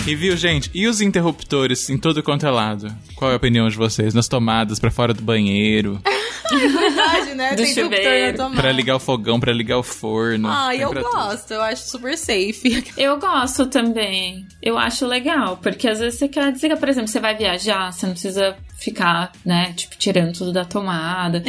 [SPEAKER 1] E viu, gente? E os interruptores em todo quanto é lado? Qual é a opinião de vocês? Nas tomadas, pra fora do banheiro,
[SPEAKER 2] Ah. Verdade, né?
[SPEAKER 3] Do
[SPEAKER 2] tem interruptor
[SPEAKER 3] chuveiro.
[SPEAKER 2] na tomada.
[SPEAKER 1] pra ligar o fogão, pra ligar o forno.
[SPEAKER 2] Ah,
[SPEAKER 1] tem
[SPEAKER 2] eu
[SPEAKER 1] pra tudo.
[SPEAKER 2] gosto, eu acho super safe.
[SPEAKER 3] Eu gosto também. Eu acho legal, porque às vezes você quer desligar, por exemplo, você vai viajar, você não precisa ficar, né, tipo, tirando tudo da tomada.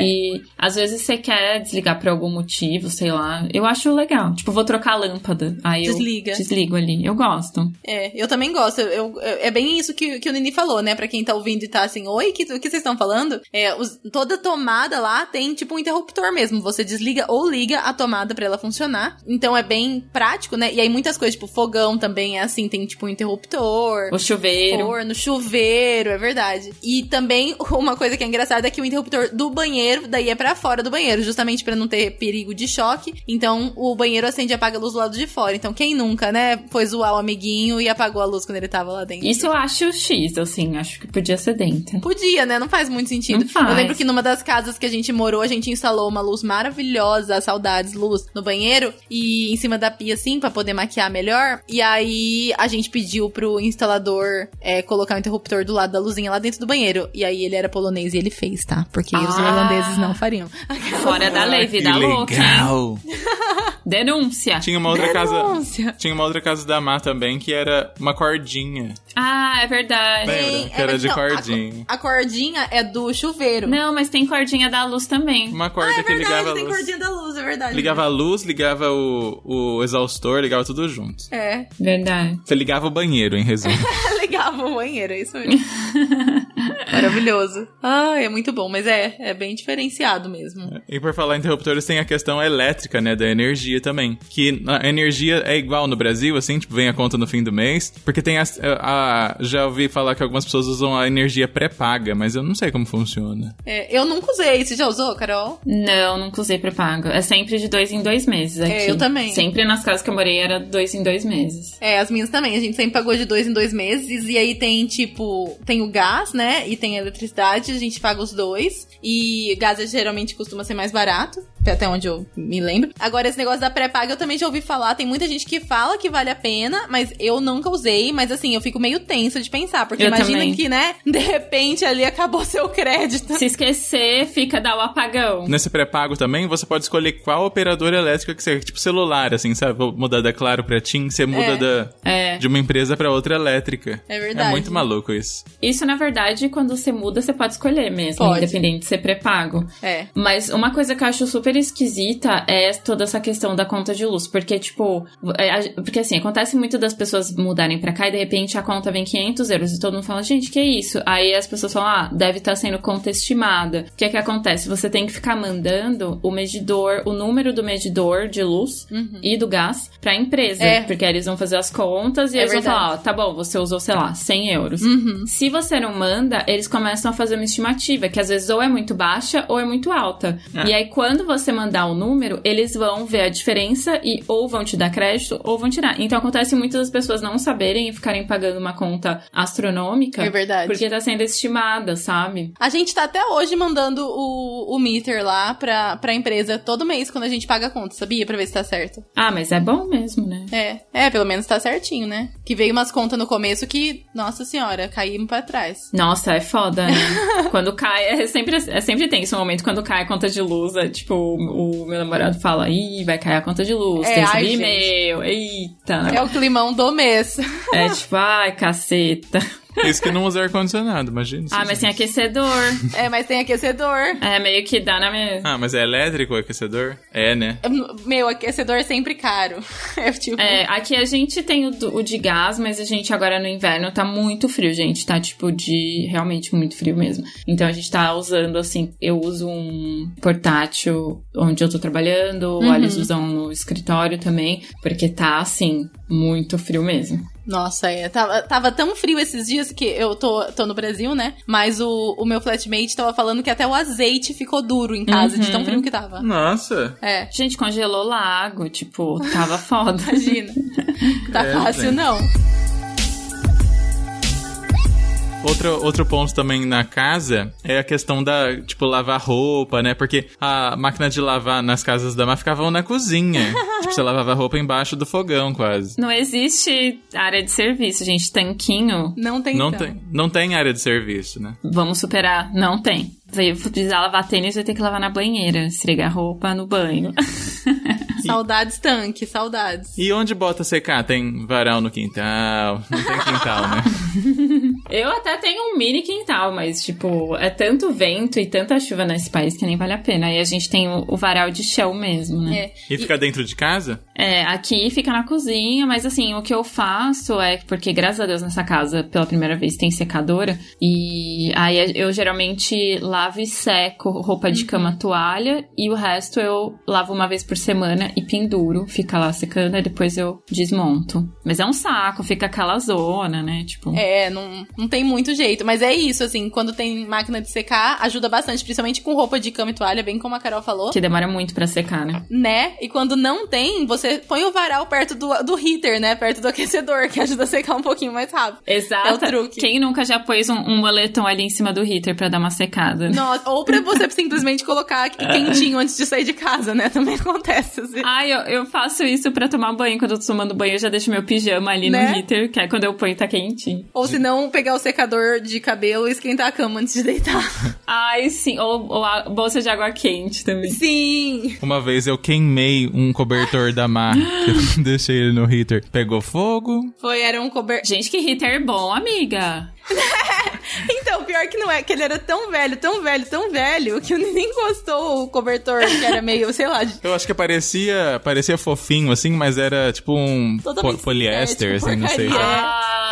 [SPEAKER 3] E às vezes você quer desligar por algum motivo, sei lá. Eu acho legal. Tipo, vou trocar a lâmpada. Aí
[SPEAKER 2] Desliga.
[SPEAKER 3] eu desligo ali. Eu gosto.
[SPEAKER 2] É, eu também gosto. Eu, eu- é bem isso que, que o Nini falou, né? Pra quem tá ouvindo e tá assim, oi, que- o que, vocês estão falando? É, os- toda tomada lá tem tipo um interruptor mesmo. Você desliga ou liga a tomada pra ela funcionar. Então é bem prático, né? E aí muitas coisas, tipo, fogão também é assim, tem tipo um interruptor.
[SPEAKER 3] O chuveiro.
[SPEAKER 2] Forno, chuveiro, é verdade. E também uma coisa que é engraçada é que o interruptor do banheiro daí é pra fora do banheiro, justamente pra não ter perigo de choque. Então o banheiro acende e apaga a luz do lado de fora. Então quem nunca, né, foi zoar o amiguinho e apagou a luz quando ele tava lá dentro.
[SPEAKER 3] Isso eu acho X, assim, acho que podia ser dentro.
[SPEAKER 2] Podia, né? Não faz muito sentido.
[SPEAKER 3] Não faz.
[SPEAKER 2] Eu lembro que numa das casas que a gente morou, a gente instalou uma luz maravilhosa, saudades, luz, no banheiro e em cima da pia, assim, pra poder maquiar melhor. E aí a gente pediu pro instalador é, colocar o interruptor do lado da luzinha lá dentro do banheiro. E aí ele era polonês e ele fez, tá? Porque os
[SPEAKER 3] Ah.
[SPEAKER 2] holandeses não fariam.
[SPEAKER 3] Fora da lei, vida
[SPEAKER 1] Ah, que
[SPEAKER 3] louca. hein?
[SPEAKER 1] legal.
[SPEAKER 3] Denúncia.
[SPEAKER 1] Tinha uma outra casa.
[SPEAKER 2] Denúncia.
[SPEAKER 1] Tinha uma outra casa da Má também que era uma cordinha.
[SPEAKER 3] Ah, é verdade.
[SPEAKER 1] Lembra?
[SPEAKER 2] Tem-
[SPEAKER 1] Que era
[SPEAKER 2] mas
[SPEAKER 1] de
[SPEAKER 2] não, a co-
[SPEAKER 1] cordinha.
[SPEAKER 2] A, cordinha é do chuveiro.
[SPEAKER 3] Não, mas tem cordinha da luz também.
[SPEAKER 1] Uma
[SPEAKER 2] ah,
[SPEAKER 1] corda
[SPEAKER 2] é
[SPEAKER 1] que ligava
[SPEAKER 2] verdade,
[SPEAKER 1] a
[SPEAKER 2] tem
[SPEAKER 1] luz.
[SPEAKER 2] cordinha da luz, é verdade.
[SPEAKER 1] Ligava a luz, ligava o, o exaustor, ligava tudo junto.
[SPEAKER 2] É,
[SPEAKER 3] Verdade.
[SPEAKER 1] Você ligava o banheiro, em resumo.
[SPEAKER 2] ligava o banheiro, é isso mesmo. Maravilhoso. Ah, é muito bom, mas é, é bem diferenciado mesmo.
[SPEAKER 1] e por falar em interruptores, tem a questão elétrica, né? Da energia também. Que a energia é igual no Brasil, assim, tipo, vem a conta no fim do mês. Porque tem as- a, a- Já ouvi falar que algumas pessoas usam a energia pré-paga, mas eu não sei como funciona.
[SPEAKER 2] É, eu nunca usei, você já usou, Carol?
[SPEAKER 3] Não, nunca usei pré-pago. É sempre de dois em dois meses aqui.
[SPEAKER 2] É, eu também.
[SPEAKER 3] Sempre nas casas que eu morei era dois em dois meses.
[SPEAKER 2] É, as minhas também. A gente sempre pagou de dois em dois meses. E aí tem, tipo, tem o gás, né? E tem a eletricidade. A gente paga os dois. E gás é, geralmente costuma ser mais barato. é Até onde eu me lembro. Agora, esse negócio da pré-paga eu também já ouvi falar. Tem muita gente que fala que vale a pena, mas eu nunca usei. Mas assim, eu fico meio tensa de pensar. Porque
[SPEAKER 3] Eu
[SPEAKER 2] imagina
[SPEAKER 3] também.
[SPEAKER 2] que, né? De repente ali acabou seu crédito.
[SPEAKER 3] Se esquecer, fica dar o apagão.
[SPEAKER 1] Nesse pré-pago também, você pode escolher qual operadora elétrica que você... Tipo celular, assim, sabe? Vou mudar da Claro pra TIM, você muda
[SPEAKER 2] É.
[SPEAKER 1] da...
[SPEAKER 3] É.
[SPEAKER 1] De uma empresa pra outra elétrica.
[SPEAKER 2] É verdade.
[SPEAKER 1] É muito maluco isso.
[SPEAKER 3] Isso, na verdade, quando você muda, você pode escolher mesmo,
[SPEAKER 2] Pode.
[SPEAKER 3] independente de ser pré-pago.
[SPEAKER 2] É.
[SPEAKER 3] Mas uma coisa que eu acho super esquisita é toda essa questão da conta de luz. Porque, tipo, é, a- porque assim, acontece muito das pessoas mudarem pra cá e de repente a conta vem 500 euros e todo mundo fala, gente, que isso? Aí as pessoas falam, ah, deve estar sendo conta estimada. O que é que acontece? Você tem que ficar mandando o medidor, o número do medidor de luz e do gás pra empresa.
[SPEAKER 2] Uhum. É.
[SPEAKER 3] Porque aí eles vão fazer as contas e
[SPEAKER 2] É
[SPEAKER 3] eles vão
[SPEAKER 2] verdade.
[SPEAKER 3] falar, ó, tá bom, você usou, sei lá, 100 euros. Se você não manda, eles começam a fazer uma estimativa, que às vezes ou é muito baixa ou é muito alta. E aí, quando você mandar o número, eles vão ver a diferença e ou vão te dar crédito ou vão tirar. Então acontece muitas das pessoas não saberem e ficarem pagando uma conta astronômica.
[SPEAKER 2] É verdade.
[SPEAKER 3] Porque tá sendo estimada, sabe?
[SPEAKER 2] A gente tá até hoje mandando o, o meter lá pra, pra empresa todo mês quando a gente paga a conta, sabia? Pra ver se tá certo.
[SPEAKER 3] Ah, mas é bom mesmo, né?
[SPEAKER 2] É, é, pelo menos tá certinho, né? Que veio umas contas no começo que, nossa senhora, caímos pra trás.
[SPEAKER 3] Nossa, é foda, né? quando cai, é sempre, é sempre tem esse momento, quando cai a conta de luz, é tipo, o meu namorado fala, ih, vai cair a conta de luz,
[SPEAKER 2] É,
[SPEAKER 3] tem que
[SPEAKER 2] ai,
[SPEAKER 3] subir
[SPEAKER 2] gente.
[SPEAKER 3] e-mail, eita.
[SPEAKER 2] É o climão do mês.
[SPEAKER 3] É tipo, ai, caceta.
[SPEAKER 1] É Isso que não usa ar-condicionado, imagina.
[SPEAKER 3] Ah, mas tem
[SPEAKER 1] gente.
[SPEAKER 3] aquecedor.
[SPEAKER 2] É, mas tem aquecedor.
[SPEAKER 3] É, meio que dá na mesma.
[SPEAKER 1] Ah, mas é elétrico o aquecedor? É, né?
[SPEAKER 2] Meu, aquecedor é sempre caro. É tipo.
[SPEAKER 3] É, aqui a gente tem o, do- o de gás, mas a gente agora no inverno tá muito frio, gente. Tá tipo de. realmente muito frio mesmo. Então a gente tá usando assim. Eu uso um portátil onde eu tô trabalhando,
[SPEAKER 1] Uhum.
[SPEAKER 3] o Alice usam no escritório também, porque tá assim, muito frio mesmo.
[SPEAKER 2] Nossa, é. Tava, tava tão frio esses dias que eu tô, tô no Brasil, né? Mas o, o meu flatmate tava falando que até o azeite ficou duro em casa, de tão frio que tava.
[SPEAKER 1] Nossa!
[SPEAKER 2] É,
[SPEAKER 3] Gente, congelou lago, tipo, tava foda.
[SPEAKER 2] imagina. tá
[SPEAKER 1] É,
[SPEAKER 2] fácil,
[SPEAKER 1] gente.
[SPEAKER 2] não.
[SPEAKER 1] Outro, outro ponto também na casa é a questão da, tipo, lavar roupa, né? Porque a máquina de lavar nas casas da Má ficava na cozinha. tipo, você lavava a roupa embaixo do fogão, quase.
[SPEAKER 3] Não existe área de serviço, gente. Tanquinho
[SPEAKER 2] Não tem então.
[SPEAKER 1] Não
[SPEAKER 3] Então.
[SPEAKER 2] tanto.
[SPEAKER 1] tem, não tem área de serviço, né?
[SPEAKER 3] Vamos superar. Não tem. Vai precisar lavar tênis, vai ter que lavar na banheira. Estregar roupa no banho.
[SPEAKER 2] Saudades tanque, saudades.
[SPEAKER 1] E onde bota secar? Tem varal no quintal. Não tem quintal, né?
[SPEAKER 3] Eu até tenho um mini quintal, mas, tipo, é tanto vento e tanta chuva nesse país que nem vale a pena. Aí a gente tem o, o varal de chão mesmo, né?
[SPEAKER 2] É.
[SPEAKER 1] E fica dentro de casa?
[SPEAKER 3] É, aqui fica na cozinha, mas assim, o que eu faço é porque, graças a Deus, nessa casa, pela primeira vez, tem secadora. E aí eu geralmente lavo e seco roupa de cama,
[SPEAKER 2] Uhum.
[SPEAKER 3] toalha, e o resto eu lavo uma vez por semana e penduro, fica lá secando, e depois eu desmonto. Mas é um saco, fica aquela zona, né? Tipo.
[SPEAKER 2] É, não, não tem muito jeito. Mas é isso, assim, quando tem máquina de secar, ajuda bastante, principalmente com roupa de cama e toalha, bem como a Carol falou.
[SPEAKER 3] Que demora muito pra secar, né?
[SPEAKER 2] Né? E quando não tem, você põe o varal perto do, do heater, né? Perto do aquecedor, que ajuda a secar um pouquinho mais rápido.
[SPEAKER 3] Exato.
[SPEAKER 2] É o truque.
[SPEAKER 3] Quem nunca já pôs um, um moletom ali em cima do heater pra dar uma secada? né?
[SPEAKER 2] Nossa, ou pra você simplesmente colocar quentinho antes de sair de casa, né? Também acontece, assim. inclusive.
[SPEAKER 3] Ai, eu, eu faço isso pra tomar banho. Quando eu tô tomando banho, eu já deixo meu pijama ali
[SPEAKER 2] Né?
[SPEAKER 3] no heater, que aí quando eu ponho tá quentinho.
[SPEAKER 2] Ou se não, pegar o secador de cabelo e esquentar a cama antes de deitar.
[SPEAKER 3] Ai, sim. Ou, ou a bolsa de água quente também.
[SPEAKER 2] Sim!
[SPEAKER 1] Uma vez eu queimei um cobertor da Mar, que eu deixei ele no heater. Pegou fogo.
[SPEAKER 2] Foi, era um cobertor.
[SPEAKER 3] Gente, que heater bom, amiga.
[SPEAKER 2] Então, pior que não é, que ele era tão velho, tão velho, tão velho, que eu nem gostou o cobertor, que era meio, sei lá, de-
[SPEAKER 1] Eu acho que parecia, parecia fofinho, assim, mas era tipo um
[SPEAKER 2] Totalmente
[SPEAKER 1] po- poliéster,
[SPEAKER 2] sintético,
[SPEAKER 1] assim, não sei.
[SPEAKER 2] porcaria.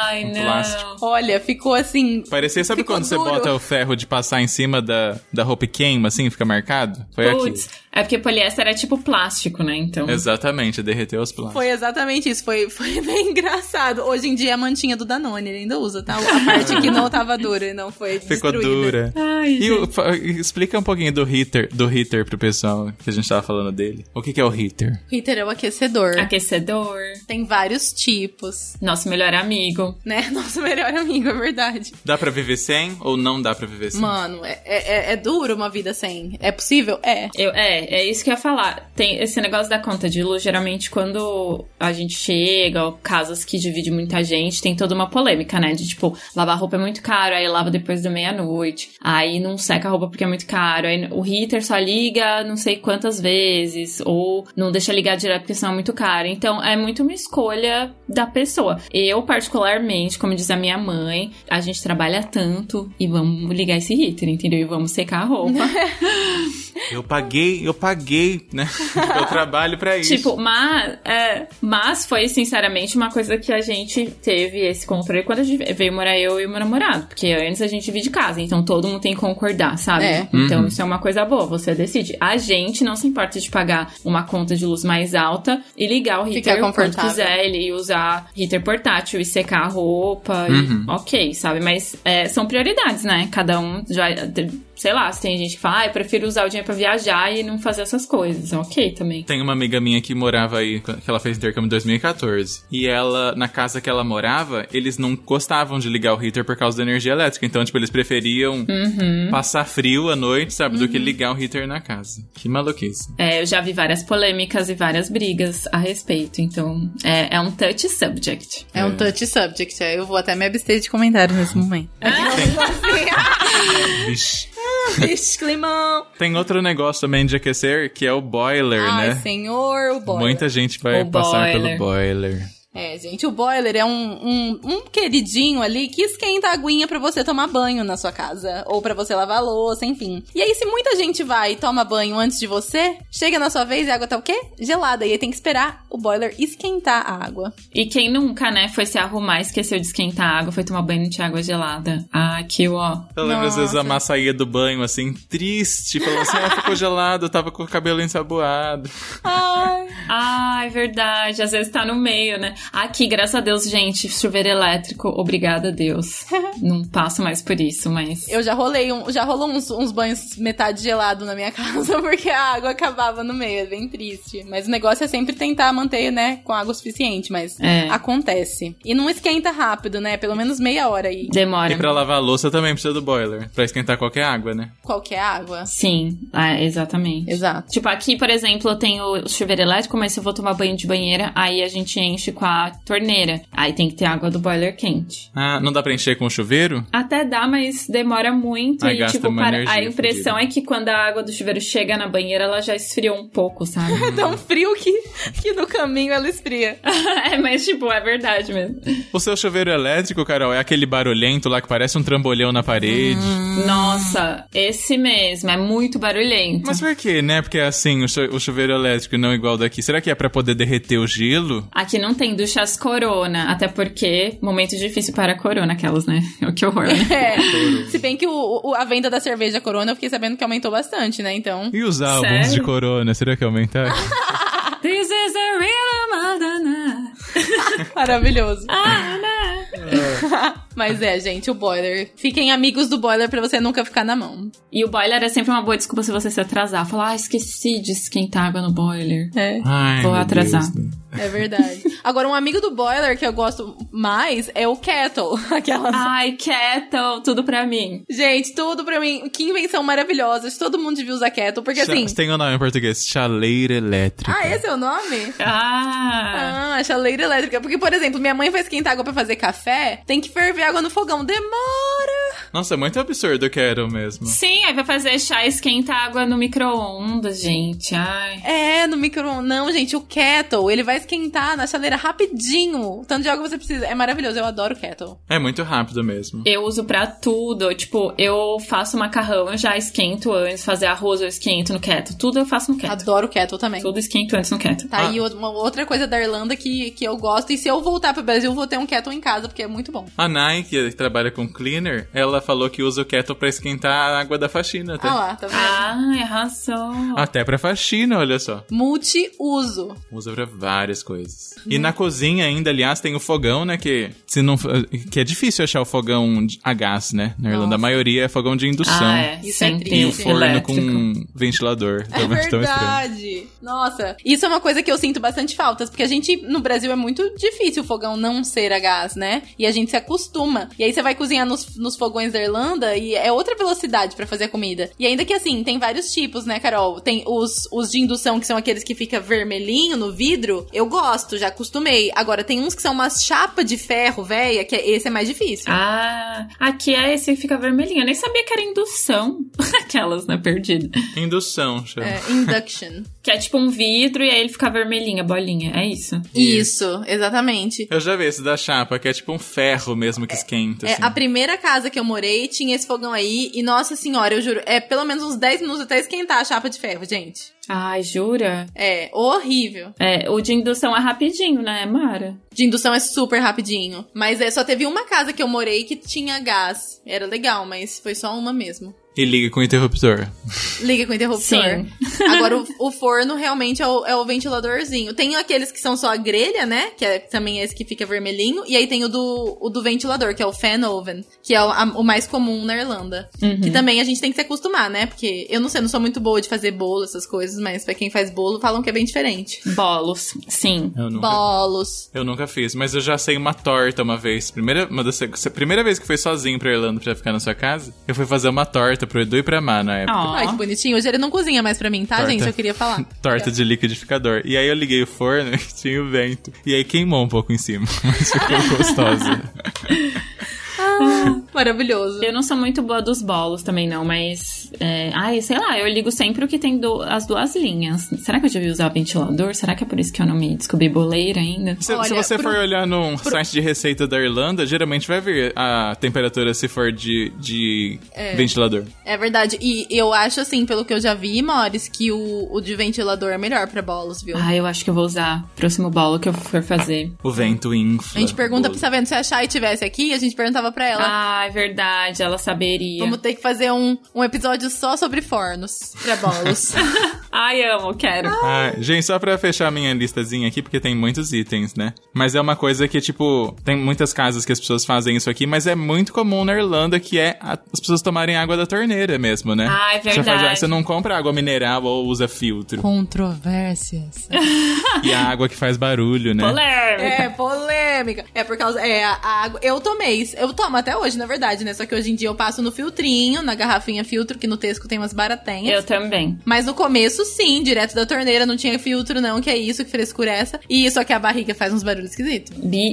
[SPEAKER 3] Ai,
[SPEAKER 1] Um
[SPEAKER 3] não.
[SPEAKER 1] plástico.
[SPEAKER 2] Olha, ficou assim.
[SPEAKER 1] Parecia, sabe
[SPEAKER 2] Ficou
[SPEAKER 1] quando
[SPEAKER 2] duro.
[SPEAKER 1] você bota o ferro de passar em cima da, da roupa e queima, assim, fica marcado? Foi
[SPEAKER 3] Putz,
[SPEAKER 1] aqui.
[SPEAKER 3] é porque poliéster é tipo plástico, né? Então.
[SPEAKER 1] Exatamente, derreteu os plásticos.
[SPEAKER 2] Foi exatamente isso, foi, foi bem engraçado. Hoje em dia é a mantinha do Danone, ele ainda usa, tá? A parte que não tava dura, não foi
[SPEAKER 1] Ficou
[SPEAKER 2] destruída.
[SPEAKER 1] dura.
[SPEAKER 3] Ai,
[SPEAKER 1] e o-
[SPEAKER 3] gente.
[SPEAKER 1] fa- explica um pouquinho do heater, do heater pro pessoal que a gente tava falando dele. O que, que é o heater?
[SPEAKER 2] Heater é o aquecedor.
[SPEAKER 3] Aquecedor.
[SPEAKER 2] Tem vários tipos,
[SPEAKER 3] Nosso melhor amigo.
[SPEAKER 2] né? Nosso melhor amigo, é verdade.
[SPEAKER 1] Dá pra viver sem ou não dá pra viver sem?
[SPEAKER 2] Mano, é, é, é- é duro uma vida sem. É possível? É.
[SPEAKER 3] Eu- é, é isso que eu ia falar. Tem esse negócio da conta de luz, geralmente quando a gente chega, ou casas que divide muita gente, tem toda uma polêmica, né? De tipo, lavar roupa é muito caro, aí lava depois da meia-noite, aí não seca a roupa porque é muito caro, aí o heater só liga não sei quantas vezes, ou não deixa ligar direto porque senão é muito caro. Então é muito uma escolha da pessoa. Eu, particularmente, como diz a minha mãe, a gente trabalha tanto e vamos ligar esse heater, entendeu? E vamos secar a roupa.
[SPEAKER 1] Eu paguei, eu paguei, né? eu trabalho pra é isso.
[SPEAKER 3] Tipo, mas, é, mas foi sinceramente uma coisa que a gente teve esse controle quando a gente veio morar eu e o meu namorado. Porque antes a gente divide casa, então todo mundo tem que concordar, sabe?
[SPEAKER 2] É.
[SPEAKER 3] Então
[SPEAKER 1] Uhum.
[SPEAKER 3] isso é uma coisa boa, você decide. A gente não se importa de pagar uma conta de luz mais alta e ligar o
[SPEAKER 2] Ficar
[SPEAKER 3] heater quando
[SPEAKER 2] confortável.
[SPEAKER 3] quiser e usar heater portátil e secar a roupa. e-
[SPEAKER 1] Uhum.
[SPEAKER 3] ok, sabe? Mas é, são prioridades, né? Cada um já. Sei lá, se tem gente que fala, ah, eu prefiro usar o dinheiro pra viajar e não fazer essas coisas. Ok também.
[SPEAKER 1] Tem uma amiga minha que morava aí, que ela fez intercâmbio em 2014. E ela, na casa que ela morava, eles não gostavam de ligar o heater por causa da energia elétrica. Então, tipo, eles preferiam passar frio à noite, sabe, do que ligar o heater na casa. Que maluquice.
[SPEAKER 3] É, eu já vi várias polêmicas e várias brigas a respeito, então é, é um touch subject.
[SPEAKER 2] É um touch subject. Eu vou até me abster de comentários nesse momento.
[SPEAKER 1] Vixe.
[SPEAKER 2] Vixe, climão.
[SPEAKER 1] Tem outro negócio também de aquecer, que é o boiler,
[SPEAKER 2] Ai,
[SPEAKER 1] né?
[SPEAKER 2] senhor, o boiler.
[SPEAKER 1] Muita gente vai
[SPEAKER 3] O
[SPEAKER 1] passar pelo
[SPEAKER 3] boiler.
[SPEAKER 1] boiler.
[SPEAKER 2] É, gente, o boiler é um, um, um queridinho ali que esquenta a aguinha pra você tomar banho na sua casa. Ou pra você lavar a louça, enfim. E aí, se muita gente vai e toma banho antes de você, chega na sua vez e a água tá o quê? Gelada. E aí tem que esperar o boiler esquentar a água.
[SPEAKER 3] E quem nunca, né, foi se arrumar, esqueceu de esquentar a água, foi tomar banho e não tinha água gelada. Ah, que ó.
[SPEAKER 1] Eu lembro, às vezes,
[SPEAKER 2] Nossa.
[SPEAKER 1] a Má saía do banho, assim, triste. Falou assim, ah, ficou gelado, tava com o cabelo ensaboado.
[SPEAKER 2] Ai.
[SPEAKER 3] Ah, é verdade, às vezes tá no meio, né? Aqui, graças a Deus, gente, chuveiro elétrico, obrigada a Deus. não passo mais por isso, mas...
[SPEAKER 2] Eu já rolei um, já rolou uns, uns banhos metade gelado na minha casa, porque a água acabava no meio, é bem triste. Mas o negócio é sempre tentar manter, né, com água suficiente, mas
[SPEAKER 3] É.
[SPEAKER 2] acontece. E não esquenta rápido, né? Pelo menos meia hora aí.
[SPEAKER 3] Demora.
[SPEAKER 1] E pra lavar a louça também precisa do boiler. Pra esquentar qualquer água, né?
[SPEAKER 2] Qualquer é água.
[SPEAKER 3] Sim, ah, exatamente.
[SPEAKER 2] Exato.
[SPEAKER 3] Tipo, aqui, por exemplo, eu tenho chuveiro elétrico, mas se eu vou tomar banho de banheira, aí a gente enche com a torneira. Aí tem que ter água do boiler quente.
[SPEAKER 1] Ah, não dá pra encher com o chuveiro?
[SPEAKER 3] Até dá, mas demora muito
[SPEAKER 1] Aí
[SPEAKER 3] e
[SPEAKER 1] gasta
[SPEAKER 3] tipo,
[SPEAKER 1] uma energia
[SPEAKER 3] a impressão
[SPEAKER 1] fodida.
[SPEAKER 3] é que quando a água do chuveiro chega na banheira, ela já esfriou um pouco, sabe?
[SPEAKER 2] É tão frio que, que no caminho ela esfria.
[SPEAKER 3] é, mas tipo, é verdade mesmo.
[SPEAKER 1] O seu chuveiro elétrico, Carol, é aquele barulhento lá que parece um trambolhão na parede.
[SPEAKER 3] Hum. Nossa, esse mesmo, é muito barulhento.
[SPEAKER 1] Mas por que, né? Porque assim, o, chu- o chuveiro elétrico não é igual daqui. Será que é pra poder derreter o gelo?
[SPEAKER 3] Aqui não tem duchas corona, até porque momento difícil para a corona, aquelas, né? Que horror. né?
[SPEAKER 2] É. Se bem que o, o- a venda da cerveja Corona eu fiquei sabendo que aumentou bastante, né? Então.
[SPEAKER 1] E os álbuns de
[SPEAKER 3] Sério?
[SPEAKER 1] corona? Será que aumentaram?
[SPEAKER 3] This is the rhythm of the night.
[SPEAKER 2] Maravilhoso.
[SPEAKER 3] É. Ah, né?
[SPEAKER 2] Mas é, gente, o boiler. Fiquem amigos do boiler pra você nunca ficar na mão.
[SPEAKER 3] E o boiler é sempre uma boa desculpa se você se atrasar. Falar, ah, esqueci de esquentar água no boiler.
[SPEAKER 2] É.
[SPEAKER 1] Ai,
[SPEAKER 3] Vou
[SPEAKER 1] meu
[SPEAKER 3] atrasar.
[SPEAKER 1] Deus.
[SPEAKER 2] É verdade. Agora, um amigo do Boiler que eu gosto mais é o Kettle. Aquela.
[SPEAKER 3] Ai, Kettle, tudo pra mim.
[SPEAKER 2] Gente, tudo pra mim. Que invenção maravilhosa. Acho que Todo mundo devia usar Kettle, porque
[SPEAKER 1] Cha-
[SPEAKER 2] assim.
[SPEAKER 1] Tem o nome em português, chaleira elétrica.
[SPEAKER 2] Ah, esse é o nome?
[SPEAKER 3] Ah,
[SPEAKER 2] Ah, chaleira elétrica. Porque, por exemplo, minha mãe vai esquentar água pra fazer café, tem que ferver água no fogão. Demora!
[SPEAKER 1] Nossa, é muito absurdo, quero mesmo.
[SPEAKER 3] sim, aí vai fazer chá e esquenta água no micro-ondas, gente. Ai.
[SPEAKER 2] É, no micro Não, gente, o kettle, ele vai esquentar na chaleira rapidinho. O tanto de água que você precisa. É maravilhoso, eu adoro kettle.
[SPEAKER 1] É muito rápido mesmo.
[SPEAKER 3] Eu uso pra tudo. Tipo, eu faço macarrão, eu já esquento antes. Fazer arroz, eu esquento no keto. Tudo eu faço no keto.
[SPEAKER 2] Adoro kettle também.
[SPEAKER 3] Tudo esquento antes no keto.
[SPEAKER 2] Tá aí uma outra coisa da Irlanda que, que eu gosto. E se eu voltar pro Brasil, eu vou ter um kettle em casa, porque é muito bom.
[SPEAKER 1] A Nike, que trabalha com cleaner, ela falou que usa o kettle pra esquentar a água da faxina. Até,
[SPEAKER 2] Ah lá, tá vendo?
[SPEAKER 3] Ai, arrasou.
[SPEAKER 1] até pra faxina, olha só.
[SPEAKER 2] Multiuso.
[SPEAKER 1] Usa pra várias coisas.
[SPEAKER 2] Né?
[SPEAKER 1] E na cozinha ainda, aliás, tem o fogão, né? Que, se não, f- que é difícil achar o fogão de- a gás, né? Na Irlanda, a maioria é fogão de indução.
[SPEAKER 3] Ah, é.
[SPEAKER 2] Isso é
[SPEAKER 3] Sim,
[SPEAKER 2] triste.
[SPEAKER 1] E
[SPEAKER 3] tem
[SPEAKER 1] o forno
[SPEAKER 3] elétrico.
[SPEAKER 1] com ventilador.
[SPEAKER 2] É
[SPEAKER 1] Realmente tão estranho.
[SPEAKER 2] verdade. Nossa, isso é uma coisa que eu sinto bastante faltas, porque a gente no Brasil é muito difícil o fogão não ser a gás, né? E a gente se acostuma. E aí você vai cozinhar nos, nos fogões da Irlanda e é outra velocidade pra fazer a comida. E ainda que assim, tem vários tipos, né, Carol? Tem os, os de indução que são aqueles que fica vermelhinho no vidro. Eu gosto, já acostumei. Agora tem uns que são uma chapa de ferro, velha, que é- esse é mais difícil.
[SPEAKER 3] Ah, aqui é esse que fica vermelhinho. Eu nem sabia que era indução. Aquelas, né? Perdida.
[SPEAKER 1] Indução, chama.
[SPEAKER 2] É, induction.
[SPEAKER 3] Que é tipo um vidro e aí ele fica vermelhinho, a bolinha. É isso.
[SPEAKER 2] Isso, exatamente.
[SPEAKER 1] Eu já vi esse da chapa, que é tipo um ferro mesmo que esquenta.
[SPEAKER 2] É,
[SPEAKER 1] assim.
[SPEAKER 2] a primeira casa que eu morei tinha esse fogão aí, e nossa senhora, eu juro, é pelo menos uns 10 minutos até esquentar a chapa de ferro, gente.
[SPEAKER 3] Ai, jura?
[SPEAKER 2] É horrível.
[SPEAKER 3] É, o de indução é rapidinho, né, Mara?
[SPEAKER 2] De indução é super rapidinho. Mas é, só teve uma casa que eu morei que tinha gás. Era legal, mas foi só uma mesmo.
[SPEAKER 1] E liga com o interruptor.
[SPEAKER 2] Liga com o interruptor.
[SPEAKER 3] Sim.
[SPEAKER 2] Agora, o, o forno realmente é o, é o ventiladorzinho. Tem aqueles que são só a grelha, né? Que é, também é esse que fica vermelhinho. E aí tem o do, o do ventilador, que é o fan oven, que é o, a- o mais comum na Irlanda. Que também a gente tem que se acostumar, né? Porque eu não sei, eu não sou muito boa de fazer bolo, essas coisas, mas pra quem faz bolo, falam que é bem diferente.
[SPEAKER 3] Bolos, sim.
[SPEAKER 1] Eu nunca,
[SPEAKER 2] Bolos.
[SPEAKER 1] eu nunca fiz, mas eu já sei uma torta uma vez. Primeira, uma das, se- primeira vez que fui sozinho pra Irlanda pra ficar na sua casa, eu fui fazer uma torta pro Edu e pra Má na época.
[SPEAKER 3] Ó.
[SPEAKER 2] Ai, que bonitinho. Hoje ele não cozinha mais pra mim, tá,
[SPEAKER 1] Torta.
[SPEAKER 2] gente? Eu queria falar.
[SPEAKER 1] Torta de liquidificador. E aí eu liguei o forno e tinha o vento. E aí queimou um pouco em cima, mas ficou gostosa.
[SPEAKER 2] Ah, Maravilhoso.
[SPEAKER 3] Eu não sou muito boa dos bolos também, não, mas. É, ai, sei lá, eu ligo sempre o que tem do- as duas linhas. Será que eu devia usar ventilador? Será que é por isso que eu não me descobri boleira ainda?
[SPEAKER 1] Se, se
[SPEAKER 2] Olha,
[SPEAKER 1] você
[SPEAKER 2] pro-
[SPEAKER 1] for olhar num site de receita da Irlanda, geralmente vai vir a temperatura se for de, de ventilador.
[SPEAKER 2] É verdade. E eu acho, assim, pelo que eu já vi, Mores, que o, o de ventilador é melhor pra bolos, viu?
[SPEAKER 3] Ai, eu acho que eu vou usar próximo bolo que eu for fazer.
[SPEAKER 1] O vento
[SPEAKER 2] É.
[SPEAKER 1] infla.
[SPEAKER 2] A gente pergunta
[SPEAKER 1] o
[SPEAKER 2] pra Savendo se a Chay tivesse aqui, a gente perguntava pra ela.
[SPEAKER 3] Ai, verdade, ela saberia.
[SPEAKER 2] Vamos ter que fazer um, um episódio só sobre fornos pra bolos.
[SPEAKER 3] Ai, amo, quero.
[SPEAKER 1] Ah, gente, só pra fechar minha listazinha aqui, porque tem muitos itens, né? Mas é uma coisa que, tipo, tem muitas casas que as pessoas fazem isso aqui, mas é muito comum na Irlanda que é a- as pessoas tomarem água da torneira mesmo, né?
[SPEAKER 3] Ah, é
[SPEAKER 1] Você, faz, ah,
[SPEAKER 3] verdade.
[SPEAKER 1] você não compra água mineral ou usa filtro.
[SPEAKER 2] Controvérsias.
[SPEAKER 1] e a água que faz barulho, né?
[SPEAKER 3] Polêmica.
[SPEAKER 2] É, polêmica. É por causa. É, a a água. Eu tomei. Eu tomo até hoje, na verdade, né? Só que hoje em dia eu passo no filtrinho, na garrafinha filtro, que no Tesco tem umas baratenhas.
[SPEAKER 3] Eu também.
[SPEAKER 2] Mas no começo, sim, direto da torneira, não tinha filtro, não, que é isso, que frescura é essa. E isso aqui a barriga faz uns barulhos esquisitos.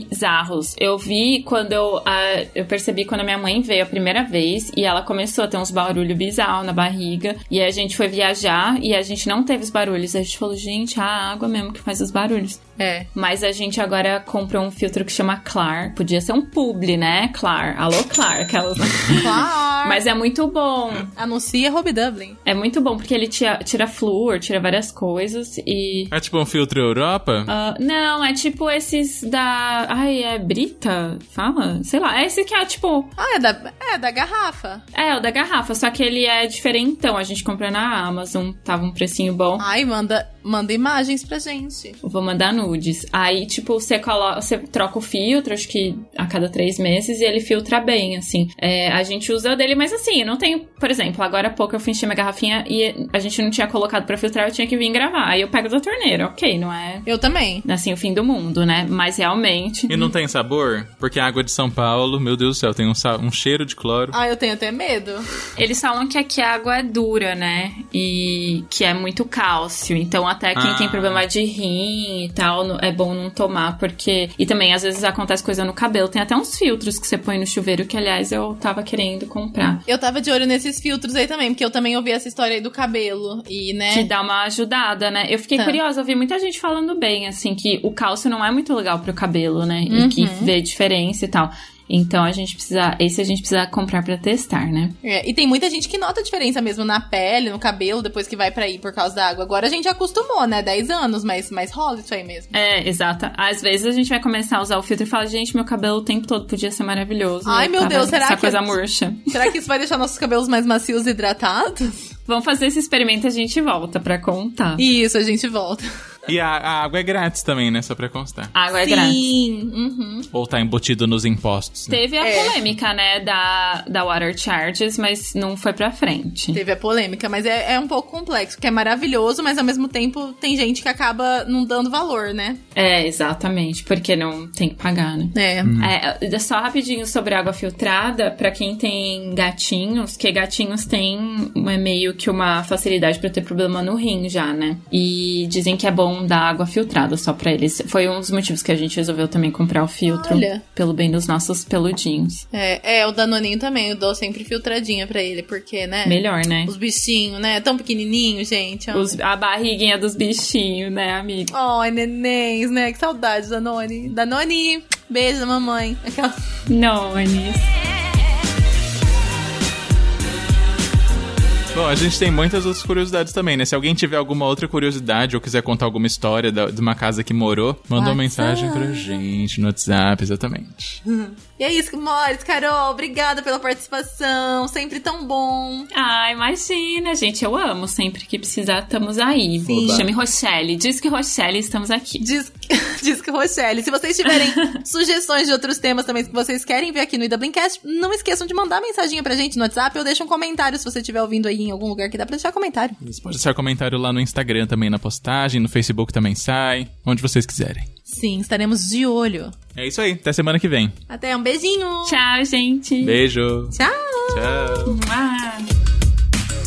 [SPEAKER 3] bizarros. Eu vi quando eu, ah, eu percebi quando a minha mãe veio a primeira vez e ela começou a ter uns barulhos bizarros na barriga. E a gente foi viajar e a gente não teve os barulhos. A gente falou, gente, a água mesmo que faz os barulhos.
[SPEAKER 2] É.
[SPEAKER 3] Mas a gente agora comprou um filtro que chama Clar. Podia ser um publi, né? Clar. Alô, Clar. Aquelas...
[SPEAKER 2] Claro.
[SPEAKER 3] Mas é muito bom.
[SPEAKER 2] Anuncia Rob Dublin.
[SPEAKER 3] É muito bom porque ele tira, tira flúor, tira várias coisas e
[SPEAKER 1] É tipo um filtro Europa?
[SPEAKER 3] Ah, não, é tipo esses da. Ai, é Brita? Fala? Sei lá. É esse que é tipo.
[SPEAKER 2] Ah, é da, é da garrafa.
[SPEAKER 3] É, o da garrafa, só que ele é diferentão. A gente comprou na Amazon, tava um precinho bom.
[SPEAKER 2] Ai, manda, manda imagens pra gente.
[SPEAKER 3] Vou mandar nudes. Aí, tipo, você coloca, você troca o filtro, acho que a cada três meses, e ele filtra bem, assim. É, a gente usa o dele, mas assim, não tem. Por exemplo, agora há pouco eu fui encher minha garrafinha e a gente não tinha colocado, por pra filtrar, eu tinha que vir gravar. Aí eu pego da torneira, ok, não é
[SPEAKER 2] Eu também.
[SPEAKER 3] assim o fim do mundo, né? Mas realmente.
[SPEAKER 1] E não tem sabor? Porque a água de São Paulo, meu Deus do céu, tem um, sa- um cheiro de cloro.
[SPEAKER 2] Ah, eu tenho até medo.
[SPEAKER 3] Eles falam que aqui a água é dura, né? E que é muito cálcio. Então, até quem
[SPEAKER 1] Ah.
[SPEAKER 3] tem problema de rim e tal, no- é bom não tomar, porque. E também, às vezes, acontece coisa no cabelo. Tem até uns filtros que você põe no chuveiro, que, aliás, eu tava querendo comprar.
[SPEAKER 2] Eu tava de olho nesses filtros aí também, porque eu também ouvi essa história aí do cabelo. E, né?
[SPEAKER 3] Que dá uma ajudada, né? Eu fiquei
[SPEAKER 2] Tá.
[SPEAKER 3] curiosa, eu vi muita gente falando bem, assim, que o cálcio não é muito legal pro cabelo, né? E que vê diferença e tal. Então a gente precisa. Esse a gente precisa comprar pra testar, né?
[SPEAKER 2] É, e tem muita gente que nota a diferença mesmo na pele, no cabelo, depois que vai pra ir por causa da água. Agora a gente já acostumou, né? 10 anos, mas, mas rola isso aí mesmo.
[SPEAKER 3] É, exato. Às vezes a gente vai começar a usar o filtro e fala, gente, meu cabelo o tempo todo podia ser maravilhoso.
[SPEAKER 2] Ai, meu
[SPEAKER 3] Tá
[SPEAKER 2] Deus,
[SPEAKER 3] vendo?
[SPEAKER 2] será
[SPEAKER 3] Essa
[SPEAKER 2] que-
[SPEAKER 3] coisa murcha.
[SPEAKER 2] Será que isso vai deixar nossos cabelos mais macios e hidratados?
[SPEAKER 3] Vamos fazer esse experimento e a gente volta pra contar.
[SPEAKER 2] Isso, a gente volta.
[SPEAKER 1] E a, a água é grátis também, né? Só pra constar.
[SPEAKER 3] Água é grátis.
[SPEAKER 2] Sim. Uhum.
[SPEAKER 1] Ou tá embutido nos impostos. né?
[SPEAKER 3] Teve a
[SPEAKER 2] É.
[SPEAKER 3] polêmica, né, da, da Water Charges, mas não foi pra frente.
[SPEAKER 2] Teve a polêmica, mas é, é um pouco complexo, porque é maravilhoso, mas ao mesmo tempo tem gente que acaba não dando valor, né?
[SPEAKER 3] É, exatamente, porque não tem que pagar, né?
[SPEAKER 2] É.
[SPEAKER 3] É, só rapidinho sobre água filtrada, pra quem tem gatinhos, que gatinhos têm é meio que uma facilidade pra ter problema no rim já, né? E dizem que é bom dar água filtrada só pra eles. Foi um dos motivos que a gente resolveu também comprar o filtro
[SPEAKER 2] Olha.
[SPEAKER 3] pelo bem dos nossos peludinhos.
[SPEAKER 2] É, é, o Danoninho também, eu dou sempre filtradinha pra ele, porque, né?
[SPEAKER 3] Melhor, né?
[SPEAKER 2] Os bichinhos, né? Tão pequenininhos, gente. ó.
[SPEAKER 3] Os- a barriguinha dos bichinhos, né, amigo?
[SPEAKER 2] Ai, nenéns, né? Que saudade da Noni. Da Noni, beijo da mamãe. Aquela-
[SPEAKER 3] Não, Anis.
[SPEAKER 1] Bom, a gente tem muitas outras curiosidades também, né? Se alguém tiver alguma outra curiosidade ou quiser contar alguma história da- de uma casa que morou, manda uma
[SPEAKER 2] WhatsApp.
[SPEAKER 1] mensagem pra gente no WhatsApp, exatamente.
[SPEAKER 2] E é isso, Morris, Carol, obrigada pela participação, sempre tão bom.
[SPEAKER 3] Ah, imagina, gente, eu amo. Sempre que precisar, estamos aí.
[SPEAKER 2] Sim.
[SPEAKER 3] Chame Rochelle. Diz que Rochelle, estamos aqui.
[SPEAKER 2] Diz, diz que Rochelle, se vocês tiverem sugestões de outros temas também que vocês querem ver aqui no Ida Blinkcast, não esqueçam de mandar mensaginha pra gente no WhatsApp ou deixa um comentário se você estiver ouvindo aí em algum lugar que dá pra deixar comentário.
[SPEAKER 1] Você pode deixar comentário lá no Instagram também, na postagem, no Facebook também sai, onde vocês quiserem.
[SPEAKER 2] Sim, estaremos de olho.
[SPEAKER 1] É isso aí, até semana que vem.
[SPEAKER 2] Até, um beijinho.
[SPEAKER 3] Tchau, gente.
[SPEAKER 1] Beijo.
[SPEAKER 2] Tchau.
[SPEAKER 1] Tchau.
[SPEAKER 3] 嗯 Mua.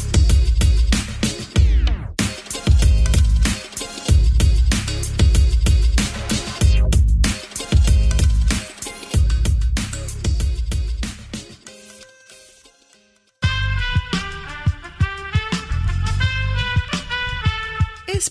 [SPEAKER 6] Esse